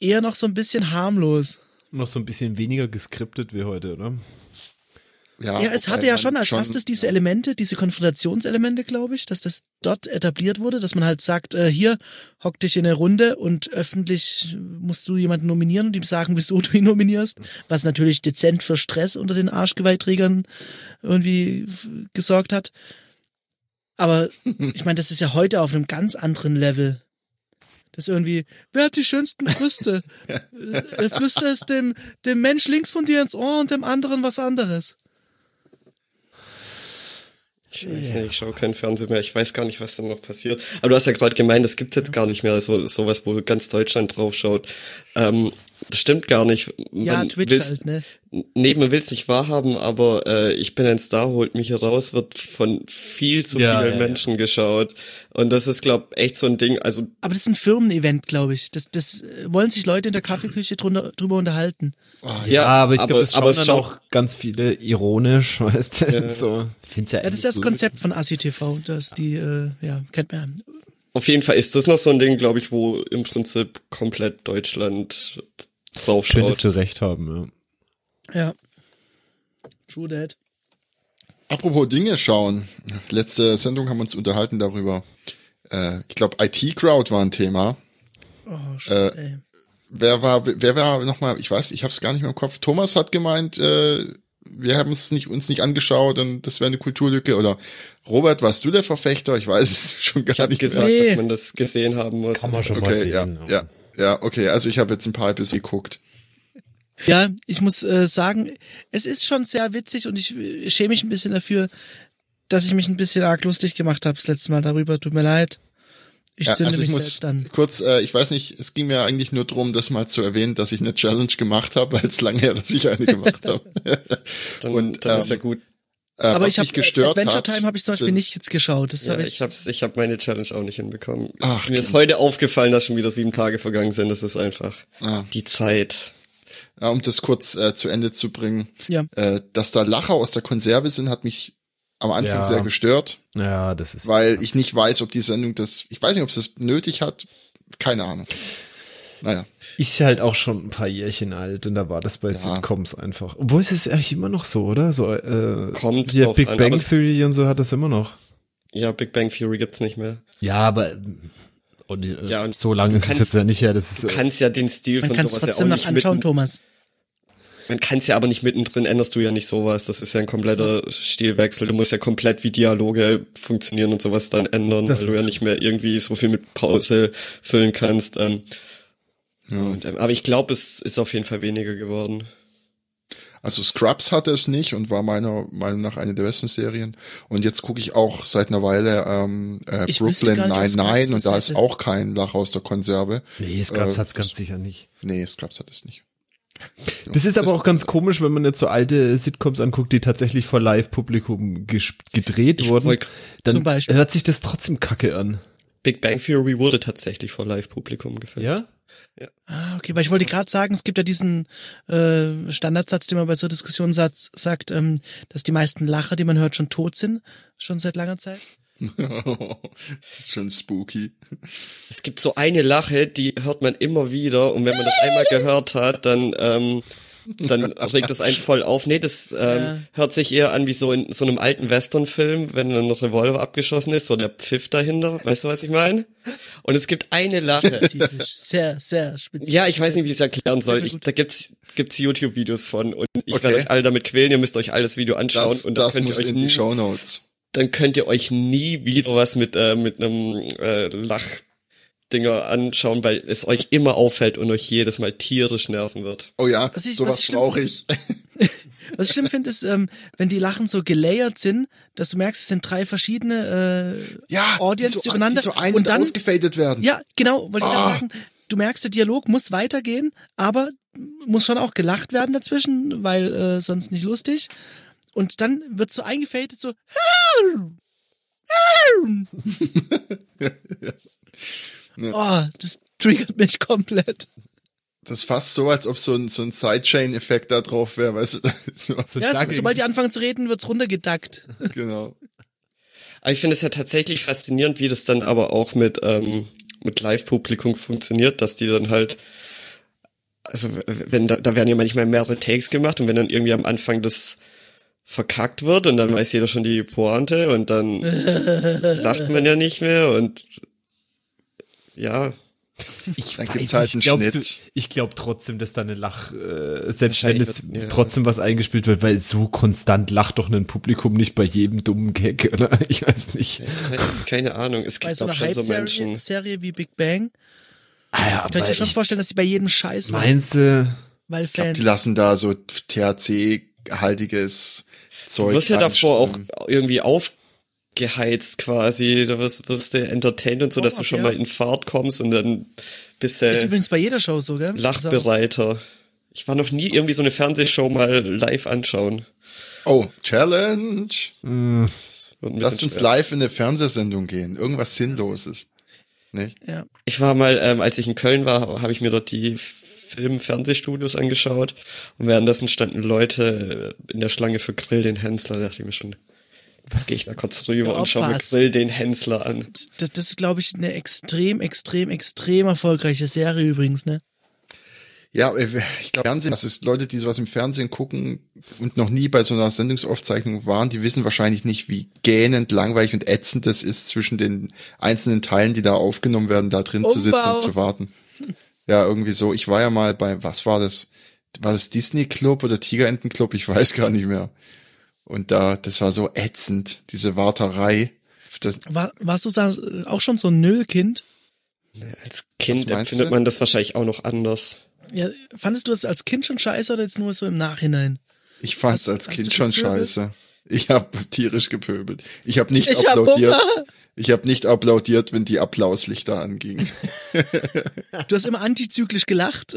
[SPEAKER 2] eher noch so ein bisschen harmlos.
[SPEAKER 4] noch so ein bisschen weniger geskriptet wie heute, oder?
[SPEAKER 2] ja, es
[SPEAKER 1] wobei
[SPEAKER 2] hatte ja
[SPEAKER 1] man
[SPEAKER 2] schon als erstes diese Elemente, diese Konfrontationselemente, glaube ich, dass das dort etabliert wurde, dass man halt sagt, äh, hier, hock dich in eine Runde und öffentlich musst du jemanden nominieren und ihm sagen, wieso du ihn nominierst, was natürlich dezent für Stress unter den Arschgeweihträgern irgendwie f- gesorgt hat. Aber ich meine, das ist ja heute auf einem ganz anderen Level. Das ist irgendwie, wer hat die schönsten Brüste? Äh, äh, Flüster es dem, dem Mensch links von dir ins Ohr und dem anderen was anderes.
[SPEAKER 3] Ich weiß nicht, ich schaue keinen Fernsehen mehr. Ich weiß gar nicht, was da noch passiert. Aber du hast ja gerade gemeint, es gibt jetzt gar nicht mehr so sowas, wo ganz Deutschland drauf schaut. Ähm, das stimmt gar nicht. Man
[SPEAKER 2] Ja, Twitch
[SPEAKER 3] will's-
[SPEAKER 2] halt, ne?
[SPEAKER 3] Nee, man will es nicht wahrhaben, aber äh, ich bin ein Star, holt mich hier raus, wird von viel zu
[SPEAKER 4] Ja,
[SPEAKER 3] vielen
[SPEAKER 4] ja, ja.
[SPEAKER 3] Menschen geschaut. Und das ist, glaube echt so ein Ding. Also
[SPEAKER 2] Aber das ist ein Firmen-Event, glaube ich. Das, das äh, wollen sich Leute in der Kaffeeküche drunter, drüber unterhalten.
[SPEAKER 3] ja,
[SPEAKER 4] Ah, aber ich glaube, es schauen
[SPEAKER 3] aber
[SPEAKER 4] dann
[SPEAKER 3] schaut-
[SPEAKER 4] auch ganz viele ironisch, weißt du? So. Ich find's ja,
[SPEAKER 2] Ja, das ist ja das Konzept von ACTV, dass die, äh, ja, kennt man ja.
[SPEAKER 3] Auf jeden Fall ist das noch so ein Ding, glaube ich, wo im Prinzip komplett Deutschland drauf
[SPEAKER 4] Könntest
[SPEAKER 3] schaut.
[SPEAKER 4] du recht haben,
[SPEAKER 2] Ja. True that.
[SPEAKER 1] Apropos Dinge schauen. Letzte Sendung haben wir uns unterhalten darüber. Äh, ich glaube, IT-Crowd war ein Thema.
[SPEAKER 2] Oh, shit, ey.
[SPEAKER 1] Wer war, wer war nochmal, ich weiß, ich habe es gar nicht mehr im Kopf. Thomas hat gemeint, äh, wir haben es nicht, uns nicht angeschaut und das wäre eine Kulturlücke. Oder Robert, warst du der Verfechter? Ich weiß es schon gar
[SPEAKER 3] Ich habe
[SPEAKER 1] nicht
[SPEAKER 3] gesagt,
[SPEAKER 1] mehr.
[SPEAKER 2] Nee.
[SPEAKER 3] dass man das gesehen haben muss.
[SPEAKER 4] Kann man schon mal
[SPEAKER 1] Okay, ja,
[SPEAKER 4] sehen.
[SPEAKER 1] ja, ja, okay. Also ich habe jetzt ein paar Episoden geguckt.
[SPEAKER 2] Ja, ich muss äh, sagen, es ist schon sehr witzig und ich äh, schäme mich ein bisschen dafür, dass ich mich ein bisschen arg lustig gemacht habe das letzte Mal darüber. Tut mir leid. Ich
[SPEAKER 1] Ja,
[SPEAKER 2] zünde
[SPEAKER 1] also ich
[SPEAKER 2] mich
[SPEAKER 1] muss
[SPEAKER 2] selbst an.
[SPEAKER 1] kurz, äh, ich weiß nicht, es ging mir eigentlich nur darum, das mal zu erwähnen, dass ich eine Challenge gemacht habe, weil es lange her, dass ich eine gemacht habe.
[SPEAKER 3] Dann,
[SPEAKER 1] Und,
[SPEAKER 3] dann
[SPEAKER 1] ähm,
[SPEAKER 3] ist ja gut.
[SPEAKER 1] Äh,
[SPEAKER 2] Aber
[SPEAKER 1] was
[SPEAKER 2] ich habe
[SPEAKER 1] mich gestört
[SPEAKER 2] Adventure
[SPEAKER 1] hat,
[SPEAKER 2] Time habe ich zum Beispiel
[SPEAKER 1] sind-
[SPEAKER 2] nicht jetzt geschaut. Das
[SPEAKER 3] Ja,
[SPEAKER 2] habe
[SPEAKER 3] ich
[SPEAKER 2] ich.
[SPEAKER 3] hab's, ich hab meine Challenge auch nicht hinbekommen.
[SPEAKER 1] Ach,
[SPEAKER 3] ist mir jetzt
[SPEAKER 1] Kim.
[SPEAKER 3] heute aufgefallen, dass schon wieder sieben Tage vergangen sind. Das ist einfach
[SPEAKER 1] Ah.
[SPEAKER 3] die Zeit.
[SPEAKER 1] Ja, um das kurz äh, zu Ende zu bringen,
[SPEAKER 2] Ja.
[SPEAKER 1] äh, dass da Lacher aus der Konserve sind, hat mich am Anfang
[SPEAKER 4] Ja.
[SPEAKER 1] sehr gestört,
[SPEAKER 4] Ja, das ist.
[SPEAKER 1] weil ich nicht weiß, ob die Sendung das, ich weiß nicht, ob es das nötig hat, keine Ahnung. Naja,
[SPEAKER 4] Ist ja halt auch schon ein paar Jährchen alt und da war das bei Sitcoms einfach. Obwohl es ist eigentlich immer noch so, oder? So, äh,
[SPEAKER 3] Kommt
[SPEAKER 4] ja,
[SPEAKER 3] drauf
[SPEAKER 4] Big
[SPEAKER 3] an,
[SPEAKER 4] Bang
[SPEAKER 3] aber es-
[SPEAKER 4] Theory und so hat das immer noch.
[SPEAKER 3] Ja, Big Bang Theory gibt's nicht mehr.
[SPEAKER 4] Ja, aber und, äh,
[SPEAKER 3] Ja, und
[SPEAKER 4] so lange ist es
[SPEAKER 3] kannst-
[SPEAKER 4] jetzt ja nicht her. Das ist,
[SPEAKER 3] Du
[SPEAKER 4] äh,
[SPEAKER 3] kannst ja den Stil
[SPEAKER 2] Man
[SPEAKER 3] von
[SPEAKER 2] kann es
[SPEAKER 3] sowas ja auch
[SPEAKER 2] trotzdem noch
[SPEAKER 3] nicht
[SPEAKER 2] anschauen,
[SPEAKER 3] mitten,
[SPEAKER 2] Thomas.
[SPEAKER 3] Man kann's ja aber nicht mittendrin, änderst du ja nicht sowas. Das ist ja ein kompletter Stilwechsel. Du musst ja komplett wie Dialoge funktionieren und sowas dann ändern,
[SPEAKER 4] Das
[SPEAKER 3] weil du ja nicht mehr irgendwie so viel mit Pause füllen kannst. Ähm, und, ähm, aber ich glaube, es ist auf jeden Fall weniger geworden.
[SPEAKER 1] also Scrubs hatte es nicht und war meiner Meinung nach eine der besten Serien. Und jetzt gucke ich auch seit einer Weile ähm, äh,
[SPEAKER 2] Ich wüsste
[SPEAKER 1] Brooklyn
[SPEAKER 2] gar nicht, ob Scrubs
[SPEAKER 1] Nine-Nine und
[SPEAKER 2] das
[SPEAKER 1] da ist
[SPEAKER 2] hätte.
[SPEAKER 1] auch kein Lacher aus der Konserve.
[SPEAKER 4] nee, Scrubs
[SPEAKER 1] äh,
[SPEAKER 4] hat's ganz sicher nicht.
[SPEAKER 1] Nee, Scrubs hat es nicht.
[SPEAKER 4] Das ist aber auch ganz komisch, wenn man jetzt so alte Sitcoms anguckt, die tatsächlich vor Live-Publikum ges- gedreht
[SPEAKER 3] Ich
[SPEAKER 4] wurden.
[SPEAKER 3] wollt-
[SPEAKER 4] Dann
[SPEAKER 2] Zum Beispiel.
[SPEAKER 4] hört sich das trotzdem kacke an.
[SPEAKER 3] Big Bang Theory wurde tatsächlich vor Live-Publikum gefilmt.
[SPEAKER 4] Ja?
[SPEAKER 2] Ah, okay, weil ich wollte gerade sagen, es gibt ja diesen äh, Standardsatz, den man bei so Diskussionen satz, sagt, ähm, dass die meisten Lacher, die man hört, schon tot sind, schon seit langer Zeit.
[SPEAKER 1] Schon spooky.
[SPEAKER 3] Es gibt so eine Lache, die hört man immer wieder und wenn man das einmal gehört hat, dann ähm, dann regt das einen voll auf. Nee, das ähm,
[SPEAKER 2] Ja.
[SPEAKER 3] hört sich eher an wie so in so einem alten Western-Film, wenn ein Revolver abgeschossen ist, so der Pfiff dahinter. Weißt du, was ich meine? Und es gibt eine Lache.
[SPEAKER 2] Spezifisch, sehr, sehr spezifisch.
[SPEAKER 3] Ja, ich weiß nicht, wie ich es erklären soll.
[SPEAKER 2] mir
[SPEAKER 3] Ich,
[SPEAKER 2] gut.
[SPEAKER 3] da gibt's gibt's YouTube-Videos von und ich
[SPEAKER 1] Okay.
[SPEAKER 3] werde euch alle damit quälen. Ihr müsst euch alles Video anschauen
[SPEAKER 1] Das,
[SPEAKER 3] und dann
[SPEAKER 1] das
[SPEAKER 3] könnt ihr
[SPEAKER 1] muss
[SPEAKER 3] euch
[SPEAKER 1] in die
[SPEAKER 3] nie-
[SPEAKER 1] Shownotes.
[SPEAKER 3] dann könnt ihr euch nie wieder was mit, äh, mit einem äh, Lachdinger anschauen, weil es euch immer auffällt und euch jedes Mal tierisch nerven wird.
[SPEAKER 1] Oh ja,
[SPEAKER 2] Was ich- was
[SPEAKER 1] sowas
[SPEAKER 2] ich schlimm
[SPEAKER 1] brauche ich.
[SPEAKER 2] Was ich schlimm finde, ist, ähm, wenn die Lachen so gelayert sind, dass du merkst, es sind drei verschiedene äh,
[SPEAKER 1] Ja,
[SPEAKER 2] Audience
[SPEAKER 1] die so,
[SPEAKER 2] zueinander
[SPEAKER 1] die so ein-
[SPEAKER 2] und dann
[SPEAKER 1] ausgefadet werden.
[SPEAKER 2] Ja, genau, wollte ich gerade
[SPEAKER 1] Ah.
[SPEAKER 2] sagen, du merkst, der Dialog muss weitergehen, aber muss schon auch gelacht werden dazwischen, weil äh, sonst nicht lustig. Und dann wird so eingefädelt, so. Oh, das triggert mich komplett.
[SPEAKER 1] Das ist fast so, als ob so ein, so ein Sidechain-Effekt da drauf wäre, weißt du? So,
[SPEAKER 4] So
[SPEAKER 2] Ja, so,
[SPEAKER 4] Ducking.
[SPEAKER 2] sobald die anfangen zu reden, wird's runtergedackt.
[SPEAKER 1] genau.
[SPEAKER 3] Aber ich finde es ja tatsächlich faszinierend, wie das dann aber auch mit, ähm, mit Live-Publikum funktioniert, dass die dann halt, also w- wenn da, da werden ja manchmal mehrere Takes gemacht und wenn dann irgendwie am Anfang das verkackt wird und dann weiß jeder schon die Pointe und dann lacht man ja nicht mehr und ja,
[SPEAKER 4] Ich
[SPEAKER 1] Dann
[SPEAKER 4] weiß
[SPEAKER 1] gibt's halt
[SPEAKER 4] nicht,
[SPEAKER 1] einen
[SPEAKER 4] glaubst
[SPEAKER 1] Schnitt.
[SPEAKER 4] Du, ich glaube trotzdem, dass da eine Lach, äh, selbst wenn
[SPEAKER 3] Wahrscheinlich
[SPEAKER 4] es
[SPEAKER 3] wird- ja.
[SPEAKER 4] trotzdem was eingespielt wird, weil so konstant lacht doch ein Publikum nicht bei jedem dummen Gag, oder? Ich weiß nicht.
[SPEAKER 3] Keine- Keine Ahnung, es
[SPEAKER 2] Bei
[SPEAKER 3] gibt
[SPEAKER 2] so
[SPEAKER 3] auch
[SPEAKER 2] einer
[SPEAKER 3] schon so
[SPEAKER 2] Hype-Serie
[SPEAKER 3] Menschen.
[SPEAKER 2] Serie wie Big Bang
[SPEAKER 4] Ah ja,
[SPEAKER 2] kann ich mir schon vorstellen, dass die bei jedem Scheiß machen,
[SPEAKER 4] meinst äh, du?
[SPEAKER 2] weil
[SPEAKER 1] Ich glaub,
[SPEAKER 2] Fans.
[SPEAKER 1] die lassen da so THC-haltiges Zeug.
[SPEAKER 3] Du wirst ja davor auch
[SPEAKER 1] reinströmen.
[SPEAKER 3] irgendwie aufgeheizt quasi, du wirst, wirst du entertained und so, dass
[SPEAKER 2] Oh,
[SPEAKER 3] du schon
[SPEAKER 2] ja.
[SPEAKER 3] mal in Fahrt kommst und dann bist
[SPEAKER 2] Ist
[SPEAKER 3] du
[SPEAKER 2] übrigens bei jeder Show so, gell? Also,
[SPEAKER 3] lachbereiter. Ich war noch nie irgendwie so eine Fernsehshow mal live anschauen.
[SPEAKER 1] Oh, Challenge!
[SPEAKER 3] Wird ein
[SPEAKER 1] Lasst
[SPEAKER 3] bisschen
[SPEAKER 1] uns
[SPEAKER 3] schwer.
[SPEAKER 1] live in eine Fernsehsendung gehen. Irgendwas Sinnloses. Nee?
[SPEAKER 2] Also, ja.
[SPEAKER 3] Ich war mal, ähm, als ich in Köln war, habe ich mir dort die Film-Fernsehstudios angeschaut und währenddessen standen Leute äh, in der Schlange für Grill den Hensler. Da dachte ich mir schon, was gehe ich da kurz rüber
[SPEAKER 2] Ja,
[SPEAKER 3] und schaue mir
[SPEAKER 2] Opfer.
[SPEAKER 3] Grill den Hensler an.
[SPEAKER 2] Das, das ist, glaube ich, eine extrem, extrem, extrem erfolgreiche Serie übrigens, ne?
[SPEAKER 1] Ja, aber ich glaube, Fernsehen, das ist Leute, die sowas im Fernsehen gucken und noch nie bei so einer Sendungsaufzeichnung waren, die wissen wahrscheinlich nicht, wie gähnend, langweilig und ätzend das ist, zwischen den einzelnen Teilen, die da aufgenommen werden, da drin zu sitzen
[SPEAKER 2] Umbau.
[SPEAKER 1] und zu warten. Ja, irgendwie so. Ich war ja mal bei, was war das? War das Disney Club oder Tigerenten Club? Ich weiß gar nicht mehr. Und da, das war so ätzend, diese Warterei. Das,
[SPEAKER 2] War, warst du da auch schon so ein Nüllkind?
[SPEAKER 3] Als Kind
[SPEAKER 1] Was meinst
[SPEAKER 3] empfindet
[SPEAKER 1] du?
[SPEAKER 3] man das wahrscheinlich auch noch anders.
[SPEAKER 2] Ja, fandest du das als Kind schon scheiße oder jetzt nur so im Nachhinein?
[SPEAKER 1] ich fand es
[SPEAKER 2] Hast-
[SPEAKER 1] als
[SPEAKER 2] hast
[SPEAKER 1] Kind
[SPEAKER 2] du
[SPEAKER 1] schon
[SPEAKER 2] gefühlt?
[SPEAKER 1] scheiße. Ich habe tierisch gepöbelt. Ich habe nicht ich applaudiert. Hab ich habe nicht applaudiert, wenn die Applauslichter angingen.
[SPEAKER 2] Du hast immer antizyklisch gelacht.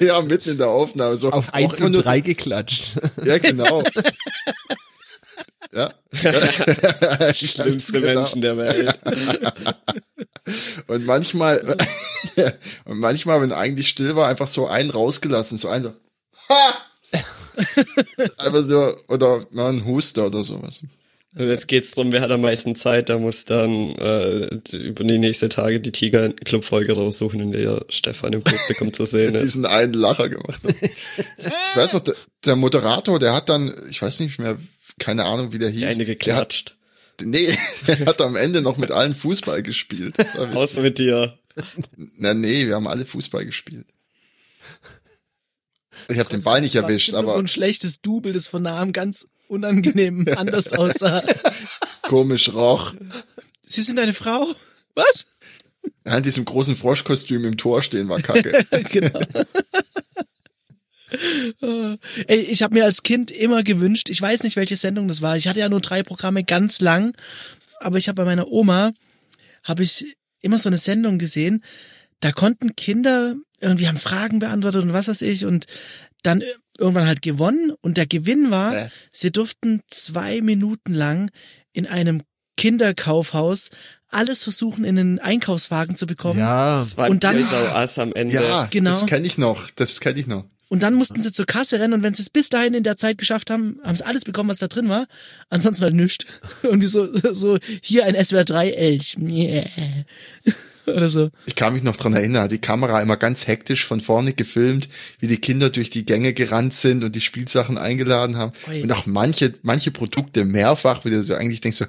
[SPEAKER 1] ja, mitten in der Aufnahme. So,
[SPEAKER 4] Auf eins und drei so. geklatscht.
[SPEAKER 1] Ja, genau. ja.
[SPEAKER 3] Schlimmste genau. Menschen der Welt.
[SPEAKER 1] und manchmal, und manchmal, wenn eigentlich still war, einfach so einen rausgelassen, so einen so, ha! Aber nur, oder na, ein Huster oder sowas.
[SPEAKER 3] Und jetzt geht's drum, wer hat am meisten Zeit, da muss dann äh, über die nächsten Tage die Tiger Club Folge raussuchen, in der Stefan im Publikum zu sehen
[SPEAKER 1] ist. Diesen einen Lacher gemacht hat. ich weiß noch, der, der Moderator, der hat dann, ich weiß nicht mehr, keine Ahnung, wie der hieß.
[SPEAKER 3] Eine geklatscht.
[SPEAKER 1] Der hat, nee, der hat am Ende noch mit allen Fußball gespielt.
[SPEAKER 3] Aus mit dir.
[SPEAKER 1] Na nee, wir haben alle Fußball gespielt. Ich habe den Ball nicht erwischt, aber
[SPEAKER 2] so ein schlechtes Double, das von nahem ganz unangenehm anders aussah.
[SPEAKER 1] Komisch roch.
[SPEAKER 2] Sie sind eine Frau? Was?
[SPEAKER 1] Ja, in diesem großen Froschkostüm im Tor stehen war Kacke.
[SPEAKER 2] genau. Ey, ich habe mir als Kind immer gewünscht, ich weiß nicht, welche Sendung das war. Ich hatte ja nur drei Programme ganz lang, aber ich habe bei meiner Oma habe ich immer so eine Sendung gesehen. Da konnten Kinder irgendwie haben Fragen beantwortet und was weiß ich und dann irgendwann halt gewonnen und der Gewinn war, äh. sie durften zwei Minuten lang in einem Kinderkaufhaus alles versuchen, in einen Einkaufswagen zu bekommen.
[SPEAKER 4] Ja,
[SPEAKER 3] das war und dann Ass am Ende.
[SPEAKER 1] Ja, genau. Das kenne ich noch. Das kenne ich noch.
[SPEAKER 2] Und dann mussten sie zur Kasse rennen und wenn sie es bis dahin in der Zeit geschafft haben, haben sie alles bekommen, was da drin war. Ansonsten halt nichts. Irgendwie so, so hier ein SWR 3 Elch. Yeah. So.
[SPEAKER 1] Ich kann mich noch dran erinnern, die Kamera immer ganz hektisch von vorne gefilmt, wie die Kinder durch die Gänge gerannt sind und die Spielsachen eingeladen haben. Oi. Und auch manche, manche Produkte mehrfach, wie du so eigentlich denkst so,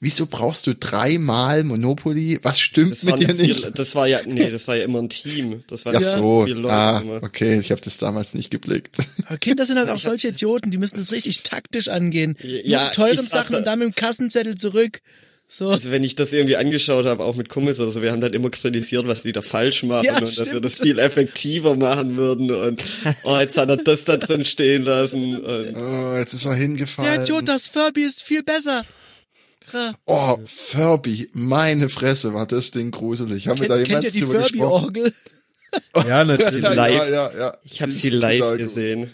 [SPEAKER 1] wieso brauchst du dreimal Monopoly? Was stimmt
[SPEAKER 3] das
[SPEAKER 1] mit dir nicht?
[SPEAKER 3] Viel, das war ja, nee, das war ja immer ein Team. Das war
[SPEAKER 1] ja so. Viele Leute ah, immer. okay, ich habe das damals nicht geblickt.
[SPEAKER 2] Aber Kinder sind halt auch solche Idioten, die müssen das richtig taktisch angehen. Ja, mit teuren Sachen da. und dann mit dem Kassenzettel zurück. So.
[SPEAKER 3] Also wenn ich das irgendwie angeschaut habe, auch mit Kumpels, also wir haben dann immer kritisiert, was die da falsch machen ja, und stimmt. dass wir das viel effektiver machen würden und oh, jetzt hat er das da drin stehen lassen. Und,
[SPEAKER 1] oh, jetzt ist er hingefallen.
[SPEAKER 2] Der Idiot, das Furby ist viel besser.
[SPEAKER 1] Ja. Oh, Furby, meine Fresse, war das Ding gruselig. Haben
[SPEAKER 2] kennt,
[SPEAKER 1] wir da
[SPEAKER 2] jemals kennt ihr die Furby-Orgel?
[SPEAKER 4] ja, natürlich.
[SPEAKER 3] ja, live. Ja, ja, ich habe sie live gesehen.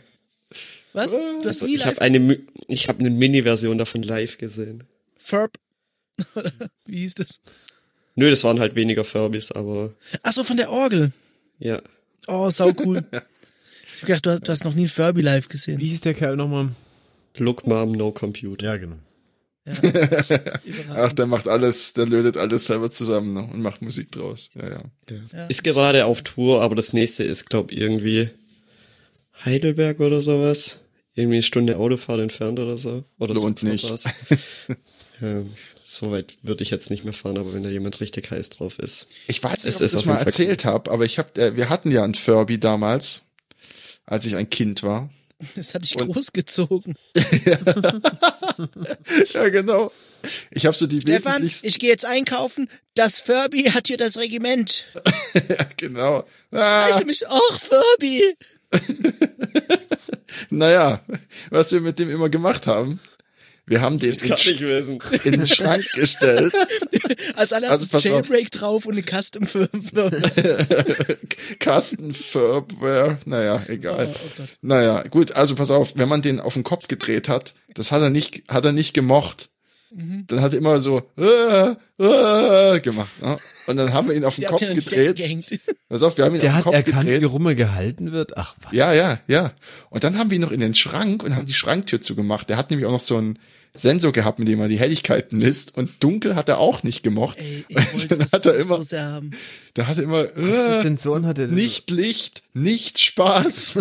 [SPEAKER 2] Was? Du hast nie
[SPEAKER 3] ich habe eine, ich habe eine Mini-Version davon live gesehen.
[SPEAKER 2] Furb oder wie hieß das?
[SPEAKER 3] Nö, das waren halt weniger Furbys, aber.
[SPEAKER 2] Ach so, von der Orgel.
[SPEAKER 3] Ja.
[SPEAKER 2] Oh, sau cool. ich hab gedacht, du hast, du hast, noch nie ein Furby live gesehen.
[SPEAKER 4] Wie hieß der Kerl nochmal?
[SPEAKER 3] Look Mom, no computer.
[SPEAKER 4] Ja, genau. Ja.
[SPEAKER 1] Ach, der macht alles, der lötet alles selber zusammen ne? und macht Musik draus. Ja, ja,
[SPEAKER 3] ja. Ist gerade auf Tour, aber das nächste ist, glaub, irgendwie Heidelberg oder sowas. Irgendwie eine Stunde Autofahrt entfernt oder so. Oder
[SPEAKER 1] Lohnt nicht.
[SPEAKER 3] ja so weit würde ich jetzt nicht mehr fahren, aber wenn da jemand richtig heiß drauf ist.
[SPEAKER 1] Ich weiß nicht, ob ich das mal erzählt cool. habe, aber ich hab, äh, wir hatten ja einen Furby damals, als ich ein Kind war.
[SPEAKER 2] Das hatte ich und großgezogen.
[SPEAKER 1] ja, genau. Ich habe so die
[SPEAKER 2] Stefan,
[SPEAKER 1] wesentlichsten...
[SPEAKER 2] ich gehe jetzt einkaufen. Das Furby hat hier das Regiment.
[SPEAKER 1] ja, genau.
[SPEAKER 2] Ah. Ich mich auch, Furby.
[SPEAKER 1] naja, was wir mit dem immer gemacht haben, wir haben den
[SPEAKER 3] in, Sch
[SPEAKER 1] in den Schrank gestellt.
[SPEAKER 2] Als allererstes also, Jailbreak drauf und eine Custom Firmware.
[SPEAKER 1] Custom Firmware, naja, egal. Oh, oh naja, gut, also pass auf, wenn man den auf den Kopf gedreht hat, das hat er nicht, hat er nicht gemocht. Mhm. Dann hat er immer so äh, äh, gemacht. Ne? Und dann haben wir ihn auf den Der Kopf gedreht. Pass auf, wir haben ihn
[SPEAKER 4] Der
[SPEAKER 1] auf den Kopf
[SPEAKER 4] erkannt, gedreht. Der hat erkannt,
[SPEAKER 1] wie
[SPEAKER 4] rum er gehalten wird. Ach
[SPEAKER 1] was. Ja, ja, ja. Und dann haben wir ihn noch in den Schrank und haben die Schranktür zugemacht. Der hat nämlich auch noch so einen Sensor gehabt, mit dem er die Helligkeiten misst. Und dunkel hat er auch nicht gemocht.
[SPEAKER 2] Ey, ich dann das hat er immer, so sehr haben.
[SPEAKER 1] Da hat er immer äh,
[SPEAKER 4] Sensoren hat er
[SPEAKER 1] nicht Licht, nicht Spaß.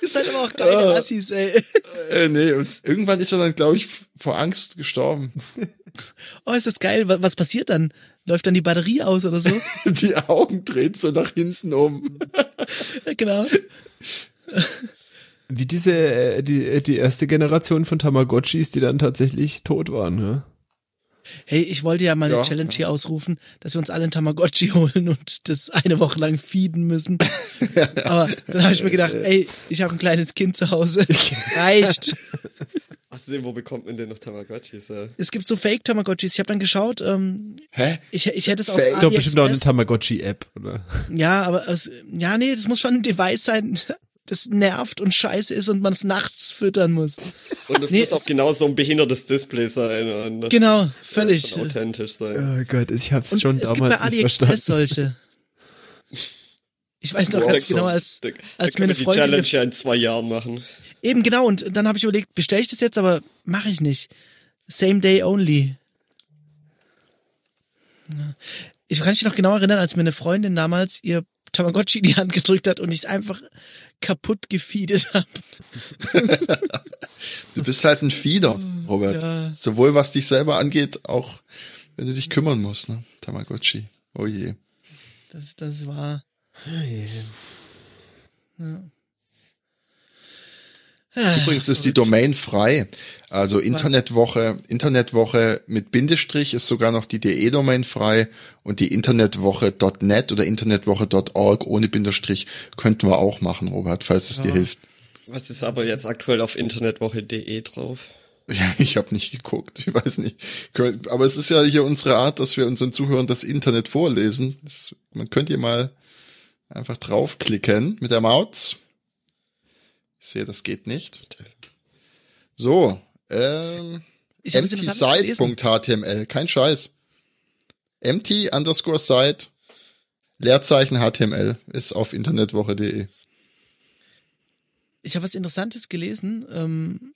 [SPEAKER 2] ist halt immer auch geile äh, Assis, ey.
[SPEAKER 1] Äh, nee, und irgendwann ist er dann, glaube ich, vor Angst gestorben.
[SPEAKER 2] Oh, ist das geil. Was passiert dann? Läuft dann die Batterie aus oder so?
[SPEAKER 1] die Augen drehen so nach hinten um.
[SPEAKER 2] genau.
[SPEAKER 4] Wie diese, äh, die, die erste Generation von Tamagotchis, die dann tatsächlich tot waren, ne?
[SPEAKER 2] Hey, ich wollte ja mal eine
[SPEAKER 1] Ja,
[SPEAKER 2] Challenge
[SPEAKER 1] ja.
[SPEAKER 2] hier ausrufen, dass wir uns alle einen Tamagotchi holen und das eine Woche lang feeden müssen. Aber dann habe ich mir gedacht, ey, ich habe ein kleines Kind zu Hause. Reicht.
[SPEAKER 3] Außerdem, wo bekommt man denn noch Tamagotchis? Ja?
[SPEAKER 2] Es gibt so Fake-Tamagotchis. Ich habe dann geschaut, ähm,
[SPEAKER 1] Hä?
[SPEAKER 2] ich, ich hätte es auf
[SPEAKER 1] Fake?
[SPEAKER 4] Ich glaube
[SPEAKER 2] AliExpress-
[SPEAKER 4] bestimmt auch eine Tamagotchi-App, oder?
[SPEAKER 2] Ja, aber es, ja, nee, das muss schon ein Device sein, das nervt und scheiße ist und man es nachts füttern muss.
[SPEAKER 3] Und das
[SPEAKER 2] Nee,
[SPEAKER 3] muss auch
[SPEAKER 2] es-
[SPEAKER 3] genau so ein behindertes Display sein. Und das
[SPEAKER 2] Genau,
[SPEAKER 3] muss, äh,
[SPEAKER 2] völlig.
[SPEAKER 3] schon authentisch sein.
[SPEAKER 4] Oh Gott, ich hab's
[SPEAKER 2] Und es gibt bei AliExpress solche. Ich weiß noch
[SPEAKER 3] Wow,
[SPEAKER 2] ganz
[SPEAKER 3] so.
[SPEAKER 2] genau, als,
[SPEAKER 3] Da-
[SPEAKER 2] als
[SPEAKER 3] da
[SPEAKER 2] mir eine
[SPEAKER 3] können wir
[SPEAKER 2] Freundin
[SPEAKER 3] die Challenge ja in zwei Jahren machen.
[SPEAKER 2] Eben genau, und dann habe ich überlegt, bestelle ich das jetzt, aber mache ich nicht. Same day only. Ja. Ich kann mich noch genau erinnern, als mir eine Freundin damals ihr Tamagotchi in die Hand gedrückt hat und ich es einfach kaputt gefeedet habe.
[SPEAKER 1] Du bist halt ein Fieder, Robert.
[SPEAKER 2] Ja.
[SPEAKER 1] Sowohl was dich selber angeht, auch wenn du dich kümmern musst, ne? Tamagotchi. Oh je.
[SPEAKER 2] Das, das war. Ja.
[SPEAKER 1] Übrigens ist die Domain frei. Also Internetwoche, Internetwoche mit Bindestrich ist sogar noch die DE-Domain frei und die Internetwoche.net oder Internetwoche.org ohne Bindestrich könnten wir auch machen, Robert, falls es dir hilft.
[SPEAKER 3] Was ist aber jetzt aktuell auf internetwoche.de drauf?
[SPEAKER 1] Ja, ich habe nicht geguckt, ich weiß nicht. Kön- Aber es ist ja hier unsere Art, dass wir unseren Zuhörern das Internet vorlesen. Das, man könnt ihr mal einfach draufklicken mit der Maus. Ich sehe, das geht nicht. So, ähm,
[SPEAKER 2] Ich hab was Interessantes gelesen.
[SPEAKER 1] emptysite.html, kein Scheiß. empty underscore site Leerzeichen HTML ist auf internetwoche.de.
[SPEAKER 2] Ich habe was Interessantes gelesen. Ähm,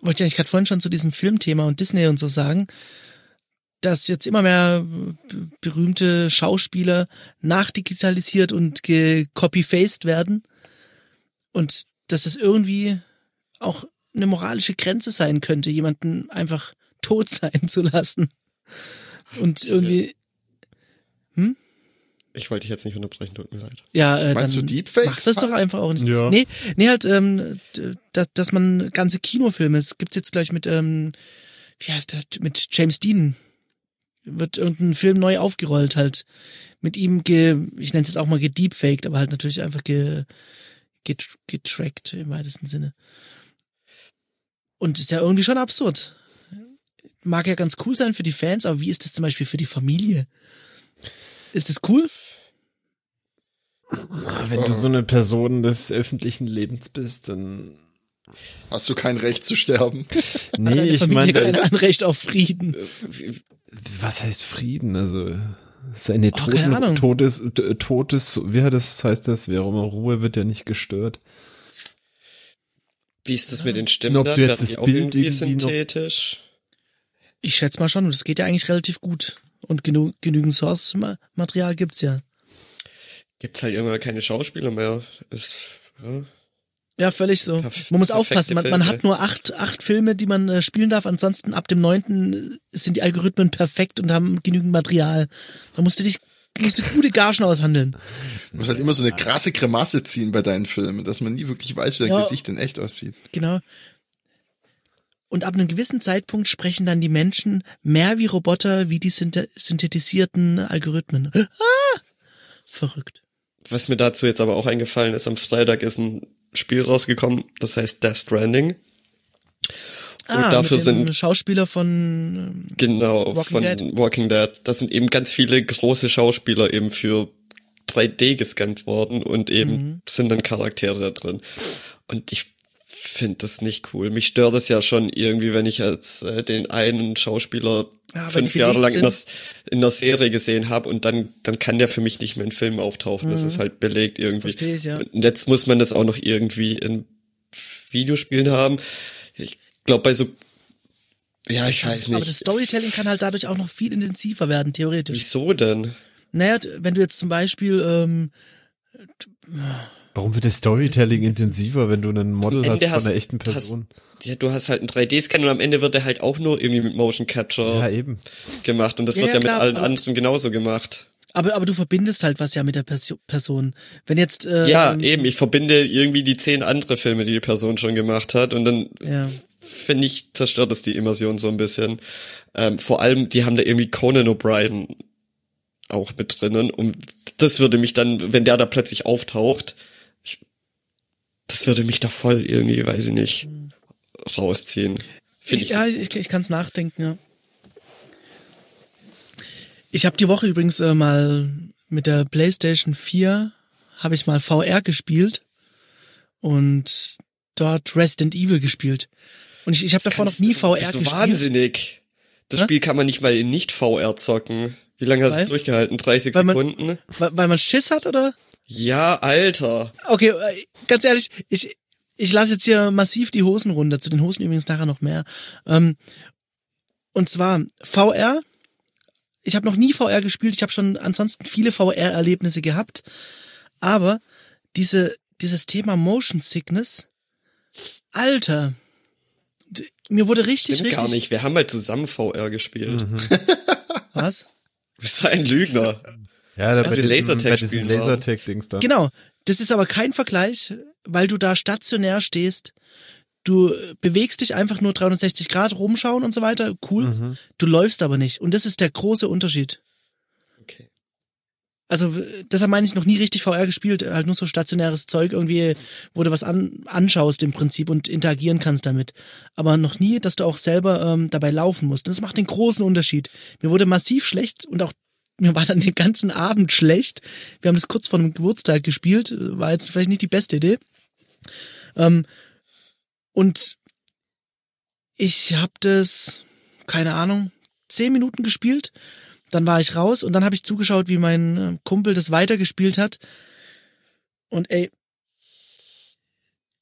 [SPEAKER 2] wollte ich eigentlich gerade vorhin schon zu diesem Filmthema und Disney und so sagen, dass jetzt immer mehr äh, b- berühmte Schauspieler nachdigitalisiert und gecopy-faced werden und dass es irgendwie auch eine moralische Grenze sein könnte, jemanden einfach tot sein zu lassen. Und irgendwie,
[SPEAKER 3] Ich wollte dich jetzt nicht unterbrechen, tut mir leid.
[SPEAKER 2] ja, äh,
[SPEAKER 1] Meinst
[SPEAKER 2] dann
[SPEAKER 1] du Deepfakes
[SPEAKER 2] Mach das doch
[SPEAKER 1] halt?
[SPEAKER 2] einfach auch nicht.
[SPEAKER 4] Ja.
[SPEAKER 2] Nee, nee, halt, ähm, d- dass, dass man ganze Kinofilme, es gibt's jetzt gleich mit, ähm, wie heißt der, mit James Dean, wird irgendein Film neu aufgerollt, halt mit ihm, ge, ich nenne es jetzt auch mal gedeepfaked, aber halt natürlich einfach ge, get, getrackt im weitesten Sinne. Und ist ja irgendwie schon absurd. Mag ja ganz cool sein für die Fans, aber wie ist das zum Beispiel für die Familie? Ist das cool?
[SPEAKER 4] Wenn du so eine Person des öffentlichen Lebens bist, dann.
[SPEAKER 1] Hast du kein Recht zu sterben?
[SPEAKER 2] Hat
[SPEAKER 4] Nee,
[SPEAKER 2] deine
[SPEAKER 4] ich
[SPEAKER 2] Familie
[SPEAKER 4] meine,
[SPEAKER 2] kein Anrecht auf Frieden?
[SPEAKER 4] was heißt Frieden? Also seine
[SPEAKER 2] Oh, keine
[SPEAKER 4] Toten,
[SPEAKER 2] Ahnung.
[SPEAKER 4] Todes, t- Todes, wie hat das heißt das? Wer auch immer Ruhe wird ja nicht gestört.
[SPEAKER 3] Wie ist das mit den Stimmen?
[SPEAKER 4] Und ob
[SPEAKER 3] dann?
[SPEAKER 4] du jetzt
[SPEAKER 3] Werden
[SPEAKER 4] das
[SPEAKER 3] die auch
[SPEAKER 4] Bild
[SPEAKER 3] irgendwie
[SPEAKER 4] irgendwie noch-
[SPEAKER 3] synthetisch?
[SPEAKER 2] Ich schätze mal schon, und das geht ja eigentlich relativ gut. Und genu genügend Source-Material gibt's ja.
[SPEAKER 3] Gibt's halt irgendwann keine Schauspieler mehr. Ist, ja.
[SPEAKER 2] Ja, völlig so.
[SPEAKER 3] Perf-
[SPEAKER 2] Man muss
[SPEAKER 3] perfekte
[SPEAKER 2] aufpassen, man, man
[SPEAKER 3] Filme.
[SPEAKER 2] hat nur acht, acht Filme, die man äh, spielen darf. Ansonsten ab dem neunten äh, sind die Algorithmen perfekt und haben genügend Material. Da musst du dich musst du gute Gagen aushandeln.
[SPEAKER 1] Du musst halt immer so eine krasse Kremasse ziehen bei deinen Filmen, dass man nie wirklich weiß, wie dein
[SPEAKER 2] Ja.
[SPEAKER 1] Gesicht in echt aussieht.
[SPEAKER 2] Genau. Und ab einem gewissen Zeitpunkt sprechen dann die Menschen mehr wie Roboter, wie die synth synthetisierten Algorithmen. Ah! Verrückt.
[SPEAKER 3] Was mir dazu jetzt aber auch eingefallen ist, am Freitag ist ein Spiel rausgekommen, das heißt Death Stranding.
[SPEAKER 2] Ah, mit
[SPEAKER 3] dafür
[SPEAKER 2] dem
[SPEAKER 3] sind-
[SPEAKER 2] Schauspieler von ähm,
[SPEAKER 3] Genau,
[SPEAKER 2] Walking
[SPEAKER 3] von
[SPEAKER 2] Dead.
[SPEAKER 3] Walking Dead. Das sind eben ganz viele große Schauspieler eben für 3D gescannt worden und eben
[SPEAKER 2] Mhm.
[SPEAKER 3] sind dann Charaktere da drin. Und ich finde das nicht cool. Mich stört das ja schon irgendwie, wenn ich als äh, den einen Schauspieler
[SPEAKER 2] Ja, Ah, wenn
[SPEAKER 3] fünf
[SPEAKER 2] die
[SPEAKER 3] Jahre lang in der,
[SPEAKER 2] belegt
[SPEAKER 3] in der Serie gesehen habe und dann, dann kann der für mich nicht mehr in Filmen auftauchen. Das ist halt belegt irgendwie.
[SPEAKER 2] Mhm. Versteh ich, ja.
[SPEAKER 3] Und jetzt muss man das auch noch irgendwie in Videospielen haben. Ich glaube, bei so ja, ich weiß nicht.
[SPEAKER 2] Aber das Storytelling kann halt dadurch auch noch viel intensiver werden, theoretisch.
[SPEAKER 3] Wieso denn?
[SPEAKER 2] Naja, d- wenn du jetzt zum Beispiel, ähm,
[SPEAKER 4] Warum wird das Storytelling intensiver, wenn du einen Model hast
[SPEAKER 3] Ende
[SPEAKER 4] von
[SPEAKER 3] hast-
[SPEAKER 4] einer echten Person?
[SPEAKER 3] Hast, ja, du hast halt einen 3D-Scan und am Ende wird er halt auch nur irgendwie mit Motion Capture
[SPEAKER 4] ja, eben.
[SPEAKER 3] gemacht und das
[SPEAKER 2] Ja,
[SPEAKER 3] wird
[SPEAKER 2] ja,
[SPEAKER 3] ja,
[SPEAKER 2] klar,
[SPEAKER 3] mit allen
[SPEAKER 2] aber-
[SPEAKER 3] anderen genauso gemacht.
[SPEAKER 2] Aber, aber du verbindest halt was ja mit der Pers Person. Wenn jetzt. Äh,
[SPEAKER 3] ja,
[SPEAKER 4] Ähm,
[SPEAKER 3] eben, ich verbinde irgendwie die zehn andere Filme, die die Person schon gemacht hat und dann ja. finde ich, zerstört es die Immersion so ein bisschen. Ähm, vor allem, die haben da irgendwie Conan O'Brien auch mit drinnen und das würde mich dann, wenn der da plötzlich auftaucht, ich, das würde mich da voll irgendwie, weiß ich nicht, rausziehen.
[SPEAKER 2] Find ich, äh, ich ja, ich, ich kann es nachdenken, ja. Ich habe die Woche übrigens äh, mal mit der PlayStation 4 habe ich mal VR gespielt und dort Resident Evil gespielt. Und ich, ich habe davor noch nie VR bist gespielt.
[SPEAKER 3] So wahnsinnig. Das Hä? Spiel kann man nicht mal in nicht VR zocken. Wie lange hast du es durchgehalten? 30
[SPEAKER 2] weil
[SPEAKER 3] Sekunden?
[SPEAKER 2] Man, weil, weil man Schiss hat, oder?
[SPEAKER 3] Ja, Alter.
[SPEAKER 2] Okay, äh, ganz ehrlich, ich, ich lasse jetzt hier massiv die Hosen runter. Zu den Hosen übrigens nachher noch mehr. Ähm, und zwar VR. Ich habe noch nie VR gespielt. Ich habe schon ansonsten viele VR-Erlebnisse gehabt. Aber diese, dieses Thema Motion Sickness, Alter, mir wurde richtig,
[SPEAKER 3] Stimmt
[SPEAKER 2] richtig.
[SPEAKER 3] gar nicht. Wir haben mal zusammen VR gespielt. Mhm.
[SPEAKER 2] Was?
[SPEAKER 3] Du bist ein Lügner.
[SPEAKER 4] Ja, da also bei diesem, bei diesem Lasertag-Dings da.
[SPEAKER 2] Genau. Das ist aber kein Vergleich, weil du da stationär stehst. Du bewegst dich einfach nur 360 Grad rumschauen und so weiter. Cool. Mhm. Du läufst aber nicht. Und das ist der große Unterschied. Okay. Also, deshalb meine ich noch nie richtig VR gespielt. Halt nur so stationäres Zeug irgendwie, wo du was an, anschaust im Prinzip und interagieren kannst damit. Aber noch nie, dass du auch selber ähm, dabei laufen musst. Und das macht den großen Unterschied. Mir wurde massiv schlecht und auch mir war dann den ganzen Abend schlecht. Wir haben das kurz vor dem Geburtstag gespielt, war jetzt vielleicht nicht die beste Idee. Ähm, und ich habe das, keine Ahnung, zehn Minuten gespielt. Dann war ich raus und dann habe ich zugeschaut, wie mein äh, Kumpel das weitergespielt hat. Und ey,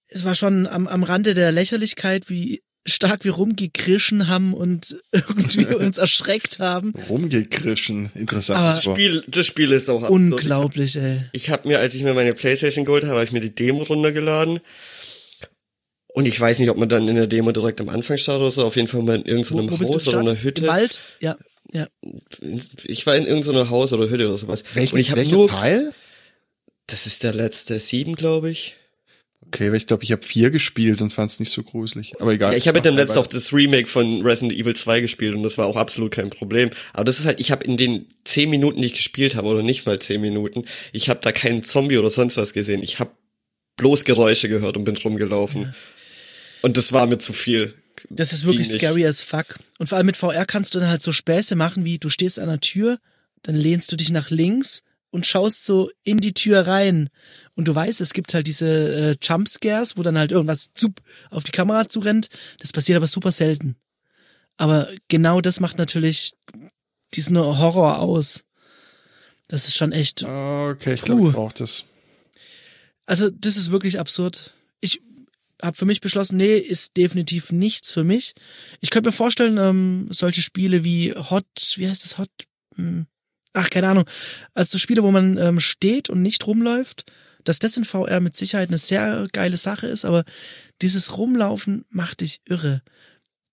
[SPEAKER 2] es war schon am, am Rande der Lächerlichkeit, wie stark wir rumgekrischen haben und irgendwie uns erschreckt haben.
[SPEAKER 1] Rumgekrischen, interessantes
[SPEAKER 3] das Spiel, das Spiel ist auch
[SPEAKER 2] absurd. Unglaublich, ey.
[SPEAKER 3] Ich habe hab mir, als ich mir meine Playstation geholt habe, habe ich mir die Demo runtergeladen. Und ich weiß nicht, ob man dann in der Demo direkt am Anfang startet oder so, auf jeden Fall mal in irgendeinem
[SPEAKER 2] wo,
[SPEAKER 3] wo Haus oder einer Hütte.
[SPEAKER 2] Im Wald? Ja, ja.
[SPEAKER 3] Ich war in irgendeinem Haus oder Hütte oder sowas.
[SPEAKER 1] Welchen,
[SPEAKER 3] und ich
[SPEAKER 1] hab welchen nur, Teil?
[SPEAKER 3] Das ist der letzte, sieben, glaube ich.
[SPEAKER 1] Okay, weil ich glaube, ich habe vier gespielt und fand es nicht so gruselig. Aber egal.
[SPEAKER 3] Ja, ich habe mit dem letzten auch das Remake von Resident Evil 2 gespielt und das war auch absolut kein Problem. Aber das ist halt, ich habe in den zehn Minuten, die ich gespielt habe, oder nicht mal zehn Minuten, ich habe da keinen Zombie oder sonst was gesehen. Ich habe bloß Geräusche gehört und bin rumgelaufen. Ja. Und das war mir zu viel.
[SPEAKER 2] Das ist wirklich Ging scary nicht. as fuck. Und vor allem mit VR kannst du dann halt so Späße machen, wie du stehst an der Tür, dann lehnst du dich nach links und schaust so in die Tür rein. Und du weißt, es gibt halt diese äh, Jumpscares, wo dann halt irgendwas zup auf die Kamera zurennt. Das passiert aber super selten. Aber genau das macht natürlich diesen Horror aus. Das ist schon echt.
[SPEAKER 1] Ah, Okay, ich glaube, ich brauche das.
[SPEAKER 2] Also, das ist wirklich absurd. Ich habe für mich beschlossen, nee, ist definitiv nichts für mich. Ich könnte mir vorstellen, ähm, solche Spiele wie Hot, wie heißt das Hot? Hm ach, keine Ahnung, also Spiele, wo man ähm, steht und nicht rumläuft, dass das in VR mit Sicherheit eine sehr geile Sache ist, aber dieses Rumlaufen macht dich irre.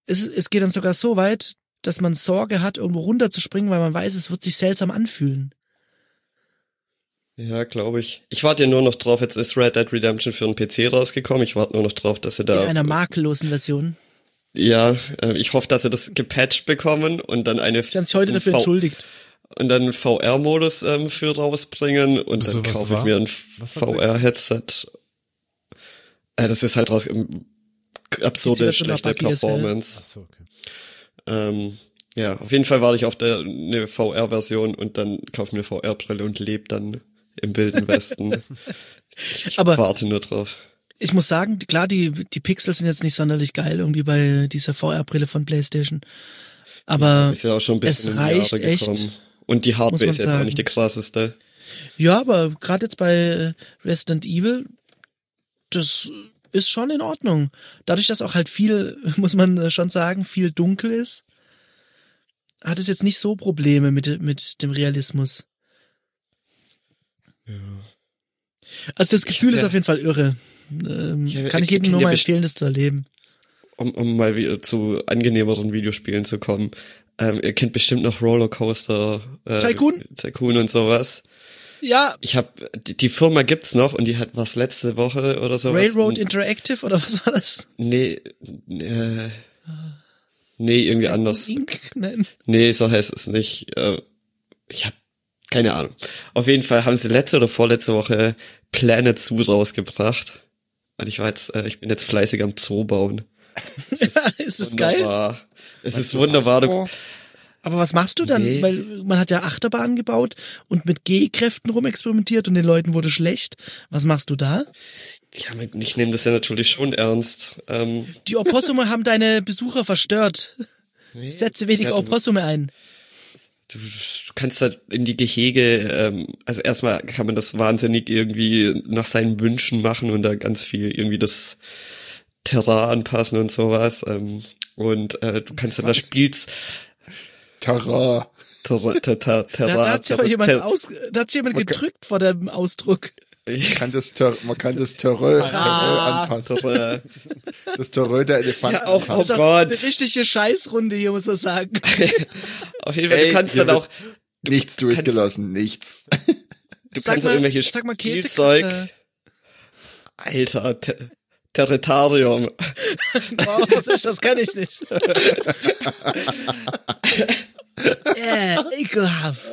[SPEAKER 2] Es, es geht dann sogar so weit, dass man Sorge hat, irgendwo runterzuspringen, weil man weiß, es wird sich seltsam anfühlen.
[SPEAKER 3] Ja, glaube ich. Ich warte ja nur noch drauf, jetzt ist Red Dead Redemption für den PC rausgekommen. Ich warte nur noch drauf, dass sie da.
[SPEAKER 2] In einer makellosen Version.
[SPEAKER 3] Ja, äh, ich hoffe, dass sie das gepatcht bekommen und dann eine.
[SPEAKER 2] Sie haben sich heute dafür v entschuldigt
[SPEAKER 3] und dann VR-Modus ähm, für rausbringen und also, dann kaufe ich mir ein VR-Headset. Äh, das ist halt raus ähm, absurde, schlechte Performance. So, okay. ähm, ja, auf jeden Fall warte ich auf der, eine VR-Version und dann kaufe mir VR-Brille und lebe dann im wilden Westen. ich Aber warte nur drauf.
[SPEAKER 2] Ich muss sagen, klar, die, die Pixel sind jetzt nicht sonderlich geil irgendwie bei dieser VR-Brille von PlayStation. Aber
[SPEAKER 3] ist ja auch schon ein bisschen
[SPEAKER 2] es reicht echt.
[SPEAKER 3] Und die Hardware ist jetzt sagen. auch nicht die krasseste.
[SPEAKER 2] Ja, aber gerade jetzt bei äh, Resident Evil, das ist schon in Ordnung. Dadurch, dass auch halt viel, muss man schon sagen, viel dunkel ist, hat es jetzt nicht so Probleme mit, mit dem Realismus. Ja. Also das Gefühl ja, ist auf jeden Fall irre. Ähm, ja, kann ich jedem nur mal empfehlen, das zu erleben
[SPEAKER 3] um, um mal wieder zu angenehmeren Videospielen zu kommen. Ähm, ihr kennt bestimmt noch Rollercoaster äh,
[SPEAKER 2] Tycoon?
[SPEAKER 3] Tycoon und sowas.
[SPEAKER 2] Ja,
[SPEAKER 3] Ich habe die, die Firma gibt's noch und die hat was letzte Woche oder sowas.
[SPEAKER 2] Railroad Interactive oder was war das?
[SPEAKER 3] Nee, äh, nee, irgendwie anders.
[SPEAKER 2] Inc. Nein.
[SPEAKER 3] Nee, so heißt es nicht. Äh, Ich habe keine Ahnung. Auf jeden Fall haben sie letzte oder vorletzte Woche Planet Zoo rausgebracht. Und ich war jetzt, äh, ich bin jetzt fleißig am Zoo bauen.
[SPEAKER 2] Ja, ist das geil?
[SPEAKER 3] wunderbar. Es ist wunderbar.
[SPEAKER 1] Oh,
[SPEAKER 3] Du,
[SPEAKER 2] Aber was machst du dann?
[SPEAKER 3] Nee.
[SPEAKER 2] Weil man hat ja Achterbahn gebaut und mit G-Kräften rumexperimentiert und den Leuten wurde schlecht. Was machst du da?
[SPEAKER 3] ja, man- ich nehme das ja natürlich schon ernst. Ähm,
[SPEAKER 2] Die Opossume haben deine Besucher verstört. Setze weniger
[SPEAKER 3] Ja, du-
[SPEAKER 2] Opossume ein.
[SPEAKER 3] du, du kannst halt in die Gehege, ähm, also erstmal kann man das wahnsinnig irgendwie nach seinen Wünschen machen und da ganz viel irgendwie das Terrain anpassen und sowas. Ähm, und äh, du kannst dann da spielst
[SPEAKER 1] Tara.
[SPEAKER 3] Terra, ter,
[SPEAKER 2] Da,
[SPEAKER 3] ter, terra,
[SPEAKER 2] da hat sich aber
[SPEAKER 3] terra-
[SPEAKER 2] jemand,
[SPEAKER 3] ter-
[SPEAKER 2] aus, da hat sich jemand gedrückt vor dem Ausdruck.
[SPEAKER 3] Oh
[SPEAKER 1] Man kann das, Ter man kann das Terrain Terrain anpassen.
[SPEAKER 3] terra-
[SPEAKER 1] Das Terrain der Elefanten.
[SPEAKER 3] Ja, auch-
[SPEAKER 1] anpassen.
[SPEAKER 2] ist doch
[SPEAKER 3] Gott.
[SPEAKER 2] Eine richtige Scheißrunde hier, muss man sagen.
[SPEAKER 3] Auf jeden Fall,
[SPEAKER 1] Ey,
[SPEAKER 3] du kannst
[SPEAKER 1] hier
[SPEAKER 3] dann auch,
[SPEAKER 1] nichts durchgelassen, nichts.
[SPEAKER 3] du
[SPEAKER 2] Sag
[SPEAKER 3] kannst
[SPEAKER 2] mal-
[SPEAKER 3] auch irgendwelche
[SPEAKER 2] sag mal Käse-
[SPEAKER 3] Spielzeug.
[SPEAKER 2] äh,
[SPEAKER 3] Alter, ter Territorium.
[SPEAKER 2] Wow, das, ist- das kann ich nicht. Äh, ekelhaft.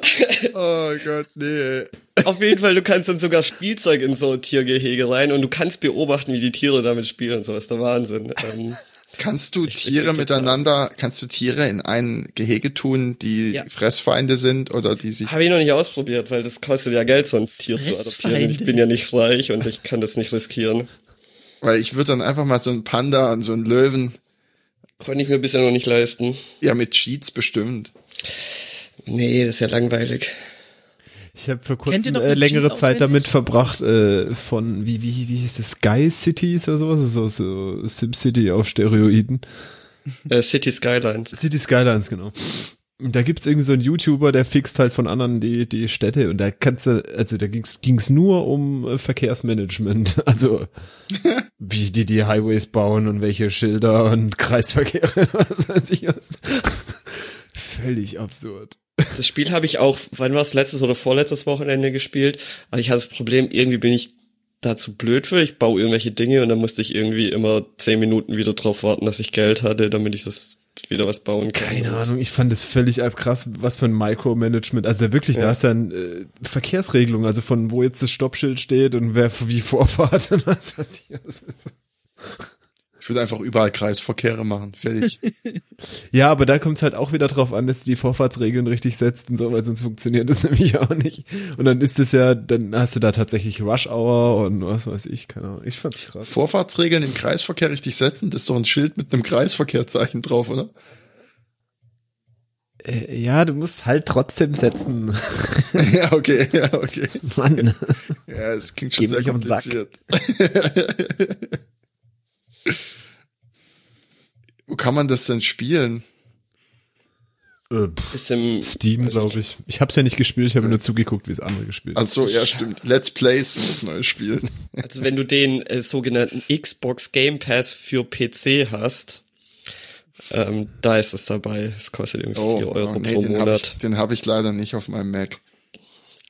[SPEAKER 1] Oh Gott, nee.
[SPEAKER 3] Auf jeden Fall, du kannst dann sogar Spielzeug in so ein Tiergehege rein und du kannst beobachten, wie die Tiere damit spielen und so. ist der Wahnsinn. Ähm,
[SPEAKER 1] Kannst du Tiere miteinander, kannst du Tiere in ein Gehege tun, die
[SPEAKER 3] Ja.
[SPEAKER 1] Fressfeinde sind oder die sich.
[SPEAKER 3] Habe ich noch nicht ausprobiert, weil das kostet ja Geld, so ein Tier zu adoptieren.
[SPEAKER 2] Fressfeinde.
[SPEAKER 3] Ich bin ja nicht reich und ich kann das nicht riskieren.
[SPEAKER 1] Weil ich würde dann einfach mal so einen Panda und so einen Löwen,
[SPEAKER 3] Konnte ich mir bisher noch nicht leisten.
[SPEAKER 1] ja, mit Cheats bestimmt.
[SPEAKER 3] Nee, das ist ja langweilig.
[SPEAKER 4] Ich habe für
[SPEAKER 2] Kennt ihr
[SPEAKER 4] kurzem
[SPEAKER 2] noch
[SPEAKER 4] äh,
[SPEAKER 2] den
[SPEAKER 4] längere
[SPEAKER 2] Jean
[SPEAKER 4] Zeit
[SPEAKER 2] auswendig?
[SPEAKER 4] damit verbracht, äh, von, wie, wie, wie hieß es, Sky Cities oder sowas? So, so SimCity auf Steroiden.
[SPEAKER 3] Äh, City Skylines.
[SPEAKER 4] City Skylines, genau. Und Da gibt's irgendwie so einen YouTuber, der fixt halt von anderen die, die Städte und da kannst du, also da ging's, ging's nur um äh, Verkehrsmanagement. Also wie die die Highways bauen und welche Schilder und Kreisverkehre was weiß ich was. Völlig absurd.
[SPEAKER 3] Das Spiel habe ich auch, wann war es, letztes oder vorletztes Wochenende gespielt. Aber ich hatte das Problem, irgendwie bin ich dazu blöd für. Ich baue irgendwelche Dinge und dann musste ich irgendwie immer zehn Minuten wieder drauf warten, dass ich Geld hatte, damit ich das wieder was bauen kann.
[SPEAKER 4] Keine Ahnung, ich fand es völlig ab- krass, was für ein Micromanagement. Also wirklich, da ist dann äh, Verkehrsregelung, also von wo jetzt das Stoppschild steht und wer f- wie Vorfahrt und was weiß ich. was.
[SPEAKER 1] Ich würde einfach überall Kreisverkehre machen. Fertig.
[SPEAKER 4] Ja, aber da kommt es halt auch wieder drauf an, dass du die Vorfahrtsregeln richtig setzt und so, weil sonst funktioniert das nämlich auch nicht. Und dann ist es ja, dann hast du da tatsächlich Rush Hour und was weiß ich, keine Ahnung. Ich fand's krass.
[SPEAKER 1] Vorfahrtsregeln im Kreisverkehr richtig setzen, das ist doch ein Schild mit einem Kreisverkehrzeichen drauf, oder?
[SPEAKER 4] Äh, ja, du musst halt trotzdem setzen.
[SPEAKER 1] ja, okay, ja, okay.
[SPEAKER 4] Mann.
[SPEAKER 1] Ja, es klingt schon
[SPEAKER 4] Geh mir
[SPEAKER 1] sehr
[SPEAKER 4] nicht auf den Sack.
[SPEAKER 1] kompliziert. Wo kann man das denn spielen?
[SPEAKER 4] Äh, pff,
[SPEAKER 3] Ist im
[SPEAKER 4] Steam, glaube Also ich. Also Ich hab's ja nicht gespielt, ich habe nur zugeguckt, wie es andere gespielt haben.
[SPEAKER 1] Achso, ja, stimmt. Let's Plays sind das neue Spiel.
[SPEAKER 3] Also wenn du den äh, sogenannten Xbox Game Pass für PC hast, ähm, da ist es dabei. Es kostet irgendwie vier Euro
[SPEAKER 1] Oh, nee,
[SPEAKER 3] pro
[SPEAKER 1] den habe
[SPEAKER 3] Monat.
[SPEAKER 1] ich, den hab ich leider nicht auf meinem Mac.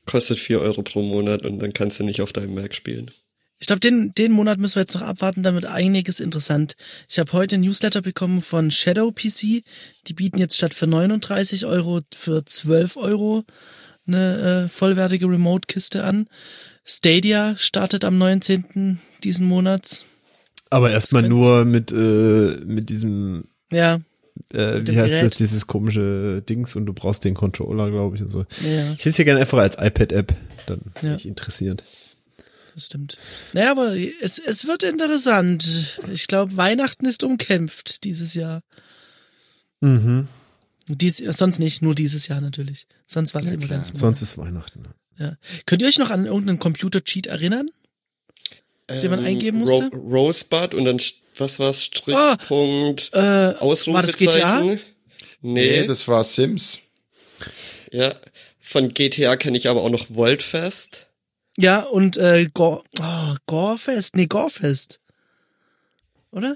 [SPEAKER 3] Kostet vier Euro pro Monat und dann kannst du nicht auf deinem Mac spielen.
[SPEAKER 2] Ich glaube, den, den Monat müssen wir jetzt noch abwarten, damit einiges interessant. Ich habe heute ein Newsletter bekommen von Shadow PC. Die bieten jetzt statt für 39 Euro für 12 Euro eine äh, vollwertige Remote-Kiste an. Stadia startet am 19. diesen Monats.
[SPEAKER 4] Aber erstmal
[SPEAKER 2] könnte-
[SPEAKER 4] nur mit, äh, mit diesem,
[SPEAKER 2] Ja,
[SPEAKER 4] äh,
[SPEAKER 2] Mit
[SPEAKER 4] wie
[SPEAKER 2] dem
[SPEAKER 4] heißt das,
[SPEAKER 2] Gerät.
[SPEAKER 4] dieses komische Dings und du brauchst den Controller, glaube ich, und so.
[SPEAKER 2] ja,
[SPEAKER 4] Ich hätte ja gerne einfach als iPad-App, dann
[SPEAKER 2] Ja.
[SPEAKER 4] ja. mich interessiert.
[SPEAKER 2] das stimmt. Naja, aber es, es wird interessant. Ich glaube, Weihnachten ist umkämpft dieses Jahr.
[SPEAKER 4] Mhm.
[SPEAKER 2] Dies, sonst nicht, nur dieses Jahr natürlich. Sonst war es immer ganz
[SPEAKER 4] Sonst ist Weihnachten.
[SPEAKER 2] Ja. Könnt ihr euch noch an irgendeinen Computer-Cheat erinnern? Den man eingeben musste?
[SPEAKER 3] Ähm, Ro Rosebud und dann, st- was war's,
[SPEAKER 2] Ah!
[SPEAKER 3] Strichpunkt,
[SPEAKER 2] Äh,
[SPEAKER 3] Ausrufezeichen.
[SPEAKER 2] war das GTA?
[SPEAKER 3] Nee,
[SPEAKER 1] Nee, das war Sims.
[SPEAKER 3] ja. Von GTA kenne ich aber auch noch Voltfest.
[SPEAKER 2] Ja, und äh, Gore, oh, Gorefest? Nee, Gorefest. Oder?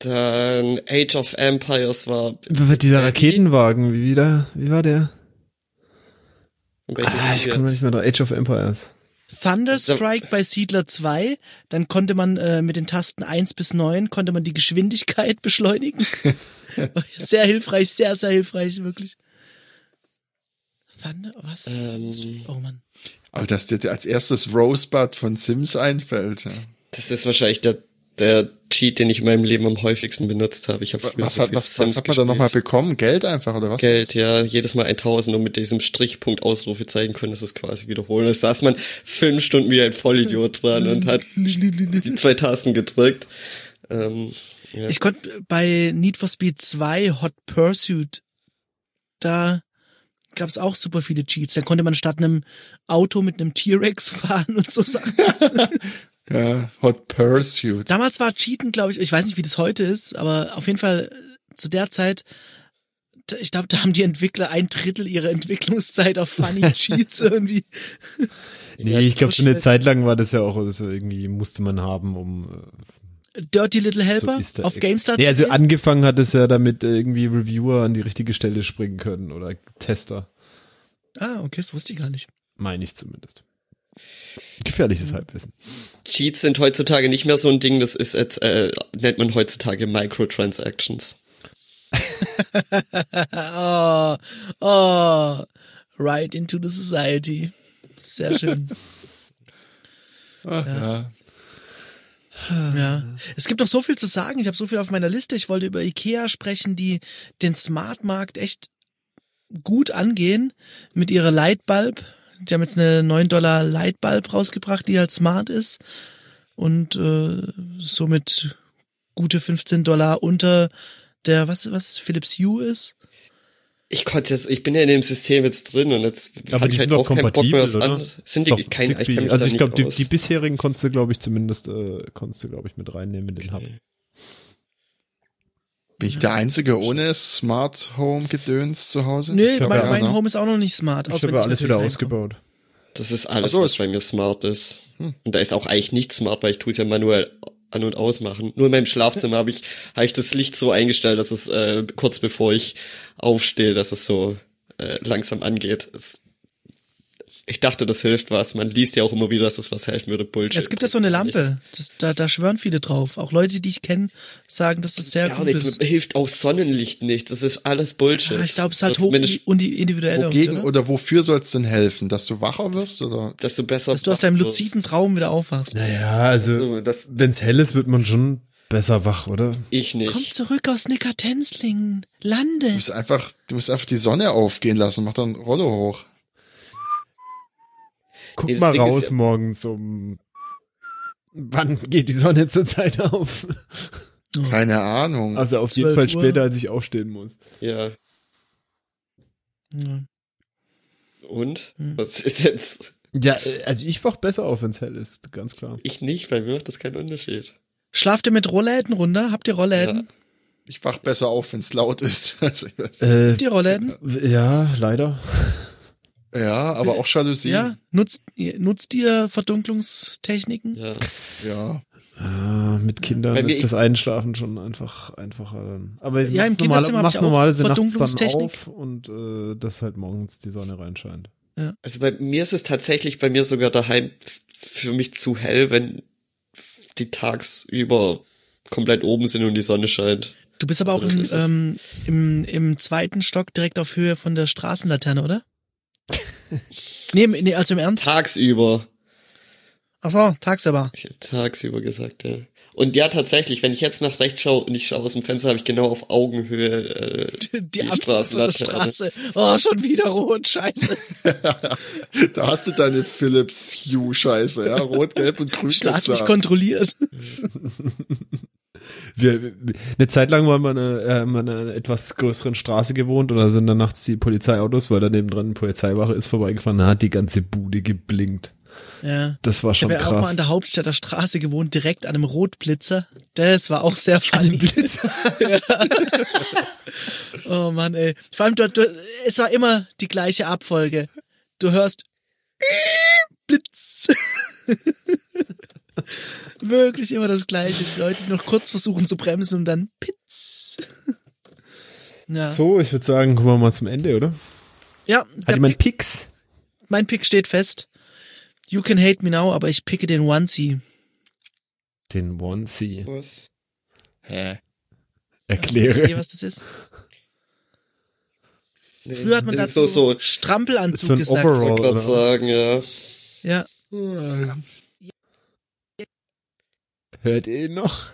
[SPEAKER 3] Dann Age of Empires war.
[SPEAKER 4] Dieser Raketenwagen, wie wieder, wie war der?
[SPEAKER 3] Welches
[SPEAKER 4] Ah, ich
[SPEAKER 3] jetzt?
[SPEAKER 4] komme nicht mehr drauf. Age of Empires.
[SPEAKER 2] Thunderstrike bei Siedler 2, dann konnte man äh, mit den Tasten 1 bis 9 konnte man die Geschwindigkeit beschleunigen. sehr hilfreich, sehr, sehr hilfreich, wirklich. Thunder, was?
[SPEAKER 3] Ähm,
[SPEAKER 2] Oh Mann.
[SPEAKER 1] Aber dass dir als erstes Rosebud von Sims einfällt. Ja.
[SPEAKER 3] das ist wahrscheinlich der, der Cheat, den ich in meinem Leben am häufigsten benutzt habe. Ich habe früher
[SPEAKER 1] Was
[SPEAKER 3] so
[SPEAKER 1] hat,
[SPEAKER 3] viel
[SPEAKER 1] was,
[SPEAKER 3] Sims
[SPEAKER 1] was hat man da nochmal
[SPEAKER 3] gespielt.
[SPEAKER 1] bekommen? Geld einfach oder was?
[SPEAKER 3] Geld, ja, jedes Mal 1000 und mit diesem Strichpunkt Ausrufe zeigen können, das ist quasi wiederholen. Da saß man fünf Stunden wie ein Vollidiot dran und hat die zwei Tasten gedrückt. Ähm, ja.
[SPEAKER 2] Ich konnte bei Need for Speed 2 Hot Pursuit, da gab's auch super viele Cheats. Da konnte man statt einem Auto mit einem T-Rex fahren und so Sachen.
[SPEAKER 1] Ja, Hot Pursuit.
[SPEAKER 2] Damals war Cheaten, glaube ich, ich weiß nicht, wie das heute ist, aber auf jeden Fall äh, zu der Zeit, da- ich glaube, da haben die Entwickler ein Drittel ihrer Entwicklungszeit auf Funny Cheats irgendwie.
[SPEAKER 4] Nee,
[SPEAKER 3] Ja,
[SPEAKER 4] ich glaube, schon eine
[SPEAKER 2] Bullshit.
[SPEAKER 4] Zeit lang war das ja auch so irgendwie, musste man haben, um
[SPEAKER 2] Dirty Little
[SPEAKER 4] äh, so
[SPEAKER 2] Helper
[SPEAKER 4] Easter
[SPEAKER 2] auf
[SPEAKER 4] Egg.
[SPEAKER 2] GameStar.
[SPEAKER 4] Nee, also
[SPEAKER 2] zu lesen.
[SPEAKER 4] angefangen hat es ja damit äh, irgendwie Reviewer an die richtige Stelle springen können oder Tester,
[SPEAKER 2] ah, okay, das wusste ich gar nicht.
[SPEAKER 4] meine ich zumindest. Gefährliches Halbwissen.
[SPEAKER 3] Cheats sind heutzutage nicht mehr so ein Ding, das ist jetzt, äh, nennt man heutzutage Microtransactions.
[SPEAKER 2] Ah, oh, oh, right into the society. Sehr schön.
[SPEAKER 1] Ach, Ah, ja.
[SPEAKER 2] Ja, es gibt noch so viel zu sagen. Ich habe so viel auf meiner Liste. Ich wollte über Ikea sprechen, die den Smartmarkt echt gut angehen mit ihrer Lightbulb. Die haben jetzt eine 9 Dollar Lightbulb rausgebracht, die halt smart ist und äh, somit gute 15 Dollar unter der was was Philips Hue ist.
[SPEAKER 3] Ich konnte jetzt, ich bin ja in dem System jetzt drin und jetzt hab
[SPEAKER 4] Aber die
[SPEAKER 3] ich halt
[SPEAKER 4] sind doch
[SPEAKER 3] auch keinen Bock
[SPEAKER 4] kompatibel,
[SPEAKER 3] mehr was
[SPEAKER 4] oder?
[SPEAKER 3] anderes. Sind
[SPEAKER 4] Doch,
[SPEAKER 3] die kein, ich
[SPEAKER 4] Zigbee.
[SPEAKER 3] kenn mich
[SPEAKER 4] also
[SPEAKER 3] da
[SPEAKER 4] ich
[SPEAKER 3] nicht
[SPEAKER 4] glaube, die,
[SPEAKER 3] aus.
[SPEAKER 4] die bisherigen konntest du, glaube ich, zumindest äh, konntest du, glaube ich, mit reinnehmen in den Hub.
[SPEAKER 1] Bin ich der Einzige ohne Smart Home Gedöns zu Hause?
[SPEAKER 2] Nee,
[SPEAKER 4] hab
[SPEAKER 2] mein,
[SPEAKER 4] ja
[SPEAKER 2] mein
[SPEAKER 1] so.
[SPEAKER 2] Home ist auch noch nicht smart.
[SPEAKER 4] Ich
[SPEAKER 2] auch wenn
[SPEAKER 4] habe alles
[SPEAKER 2] natürlich
[SPEAKER 4] wieder
[SPEAKER 2] reinkomme.
[SPEAKER 4] ausgebaut.
[SPEAKER 3] Das ist
[SPEAKER 1] Ach
[SPEAKER 3] alles,
[SPEAKER 1] so, Hm.
[SPEAKER 3] was
[SPEAKER 1] ist-
[SPEAKER 3] bei mir smart ist. Und da ist auch eigentlich nicht smart, weil ich tue es ja manuell an- und ausmachen. Nur in meinem Schlafzimmer habe ich, hab ich das Licht so eingestellt, dass es äh, kurz bevor ich aufstehe, dass es so äh, langsam angeht. Es, ich dachte, das hilft was. Man liest ja auch immer wieder, dass das was helfen würde. Bullshit.
[SPEAKER 2] Es gibt ja so eine Lampe, das, da, da schwören viele drauf. Auch Leute, die ich kenne, sagen, dass das sehr
[SPEAKER 3] Ja,
[SPEAKER 2] gut
[SPEAKER 3] und
[SPEAKER 2] ist.
[SPEAKER 3] jetzt hilft auch Sonnenlicht nicht. Das ist alles Bullshit.
[SPEAKER 2] Ah, ich glaube, es ist halt
[SPEAKER 3] Oder
[SPEAKER 2] hoch
[SPEAKER 3] zumindest,
[SPEAKER 2] und die individuelle.
[SPEAKER 1] Wogegen
[SPEAKER 2] oder?
[SPEAKER 1] oder wofür soll's denn helfen? Dass du wacher wirst? Oder?
[SPEAKER 3] dass du besser.
[SPEAKER 2] Dass du aus deinem
[SPEAKER 3] wach wirst.
[SPEAKER 2] luziden Traum wieder aufwachst.
[SPEAKER 4] Naja, also
[SPEAKER 3] Also, das
[SPEAKER 4] wenn's hell ist, wird man schon besser wach, oder?
[SPEAKER 3] ich nicht.
[SPEAKER 2] Komm zurück aus Nickertänzlingen. Lande.
[SPEAKER 1] Du musst einfach, du musst einfach die Sonne aufgehen lassen, mach dann Rollo hoch.
[SPEAKER 4] Guck
[SPEAKER 3] Nee, das
[SPEAKER 4] mal
[SPEAKER 3] Ding ist
[SPEAKER 4] raus
[SPEAKER 3] ja-
[SPEAKER 4] morgens um. Wann geht die Sonne zurzeit auf?
[SPEAKER 1] Keine Ahnung.
[SPEAKER 4] Also auf
[SPEAKER 2] 12
[SPEAKER 4] jeden Fall
[SPEAKER 2] Uhr.
[SPEAKER 4] später, als ich aufstehen muss.
[SPEAKER 3] Ja.
[SPEAKER 2] Ja.
[SPEAKER 3] Und?
[SPEAKER 2] Hm.
[SPEAKER 3] Was ist jetzt?
[SPEAKER 4] Ja, äh, also ich wach besser auf, wenn's hell ist, ganz klar.
[SPEAKER 3] Ich nicht, bei mir macht das keinen Unterschied.
[SPEAKER 2] Schlaft ihr mit Rollläden runter? Habt ihr Rollläden?
[SPEAKER 1] ich wach besser auf, wenn's laut ist. Also ich weiß-
[SPEAKER 4] Äh,
[SPEAKER 2] Habt ihr Rollläden?
[SPEAKER 4] ja, leider.
[SPEAKER 3] Äh,
[SPEAKER 1] ja, aber auch Jalousie.
[SPEAKER 2] Ja. Nutzt, ihr- nutzt ihr Verdunklungstechniken?
[SPEAKER 3] Ja.
[SPEAKER 1] ja.
[SPEAKER 4] Ah, mit Kindern
[SPEAKER 3] Bei mir-
[SPEAKER 4] ist das Einschlafen schon einfach einfacher dann. Aber
[SPEAKER 2] Ja, im
[SPEAKER 4] mach's normal-
[SPEAKER 2] Kinderzimmer hab
[SPEAKER 4] mach's
[SPEAKER 2] ich auch
[SPEAKER 4] normale sind nachts dann
[SPEAKER 2] Verdunklungstechnik.
[SPEAKER 4] auf und äh, dass halt morgens die Sonne reinscheint.
[SPEAKER 3] Also bei mir ist es tatsächlich bei mir sogar daheim f- für mich zu hell, wenn die tagsüber komplett oben sind und die Sonne scheint.
[SPEAKER 2] Du bist aber auch
[SPEAKER 3] Oder
[SPEAKER 2] im,
[SPEAKER 3] ist es-
[SPEAKER 2] ähm, im, im zweiten Stock direkt auf Höhe von der Straßenlaterne, oder? nee, im- nee, also im Ernst.
[SPEAKER 3] Tagsüber.
[SPEAKER 2] Ach so, tagsüber.
[SPEAKER 3] Ich hab tagsüber gesagt, ja. Und ja, tatsächlich, wenn ich jetzt nach rechts schaue und ich schaue aus dem Fenster, habe ich genau auf Augenhöhe äh,
[SPEAKER 2] Die, die
[SPEAKER 3] Straßenlaterne.
[SPEAKER 2] Straße. Oh, schon wieder rot, scheiße.
[SPEAKER 1] Da hast du deine Philips Hue Scheiße, ja, rot, gelb und grün. kannst du
[SPEAKER 2] Staatlich
[SPEAKER 1] haben.
[SPEAKER 2] kontrolliert.
[SPEAKER 4] Wir, wir- eine Zeit lang waren wir in einer, äh, in einer etwas größeren Straße gewohnt und da sind dann nachts die Polizeiautos, weil da nebendran eine Polizeiwache ist, vorbeigefahren, da hat die ganze Bude geblinkt.
[SPEAKER 2] Ja.
[SPEAKER 4] Das war
[SPEAKER 2] Ich
[SPEAKER 4] schon
[SPEAKER 2] habe ja auch mal
[SPEAKER 4] krass.
[SPEAKER 2] an der Hauptstädter Straße gewohnt, direkt an einem Rotblitzer. Das war auch sehr funny. Oh Mann, ey. Vor allem, du, du, es war immer die gleiche Abfolge. Du hörst Blitz. wirklich immer das Gleiche. Die Leute, die noch kurz versuchen zu bremsen und dann Pitz. ja.
[SPEAKER 4] So, ich würde sagen, kommen wir mal zum Ende, oder?
[SPEAKER 2] ja,
[SPEAKER 4] Hat
[SPEAKER 2] der
[SPEAKER 4] jemand
[SPEAKER 2] Pick,
[SPEAKER 4] Picks?
[SPEAKER 2] mein Pick steht fest. You can hate me now, aber ich picke den Onesie.
[SPEAKER 4] Den Onesie.
[SPEAKER 1] Was? Hä?
[SPEAKER 4] Erkläre.
[SPEAKER 2] Ihr, was das ist?
[SPEAKER 3] Nee.
[SPEAKER 2] Früher hat man
[SPEAKER 3] Das ist
[SPEAKER 2] dazu
[SPEAKER 3] so, so, ich
[SPEAKER 2] Strampelanzug
[SPEAKER 4] So ein
[SPEAKER 2] gesagt.
[SPEAKER 4] Overall.
[SPEAKER 3] wollte
[SPEAKER 4] Oder-
[SPEAKER 3] gerade sagen, ja.
[SPEAKER 2] Ja,
[SPEAKER 1] Äh,
[SPEAKER 4] Hört ihr ihn noch?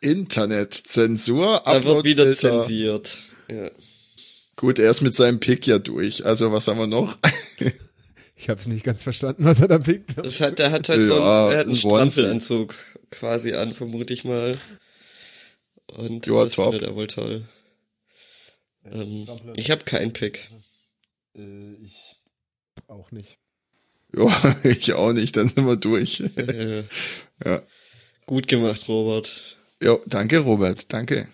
[SPEAKER 1] Internetzensur,
[SPEAKER 3] Da wird wieder
[SPEAKER 1] Uploadfilter.
[SPEAKER 3] zensiert. Ja.
[SPEAKER 1] Gut, er ist mit seinem Pick ja durch. Also was haben wir noch?
[SPEAKER 4] Ich habe es nicht ganz verstanden, was er da pickt.
[SPEAKER 3] Das hat, der hat halt so
[SPEAKER 1] Ja,
[SPEAKER 3] einen, er hat einen
[SPEAKER 1] Onesie.
[SPEAKER 3] Strampelanzug quasi an, vermute ich mal. Und
[SPEAKER 1] Ja,
[SPEAKER 3] das
[SPEAKER 1] top.
[SPEAKER 3] findet er wohl toll. Ähm, ich habe keinen Pick.
[SPEAKER 4] Äh, ich auch nicht.
[SPEAKER 1] ja, ich auch nicht, dann sind wir durch.
[SPEAKER 3] Äh,
[SPEAKER 1] Ja.
[SPEAKER 3] Gut gemacht, Robert.
[SPEAKER 1] Jo, danke Robert, danke.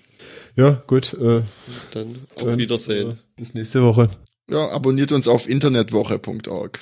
[SPEAKER 4] Ja, gut. Äh,
[SPEAKER 3] Dann auf
[SPEAKER 4] dann,
[SPEAKER 3] Wiedersehen.
[SPEAKER 4] äh, Bis nächste Woche.
[SPEAKER 1] Ja, abonniert uns auf internetwoche.org.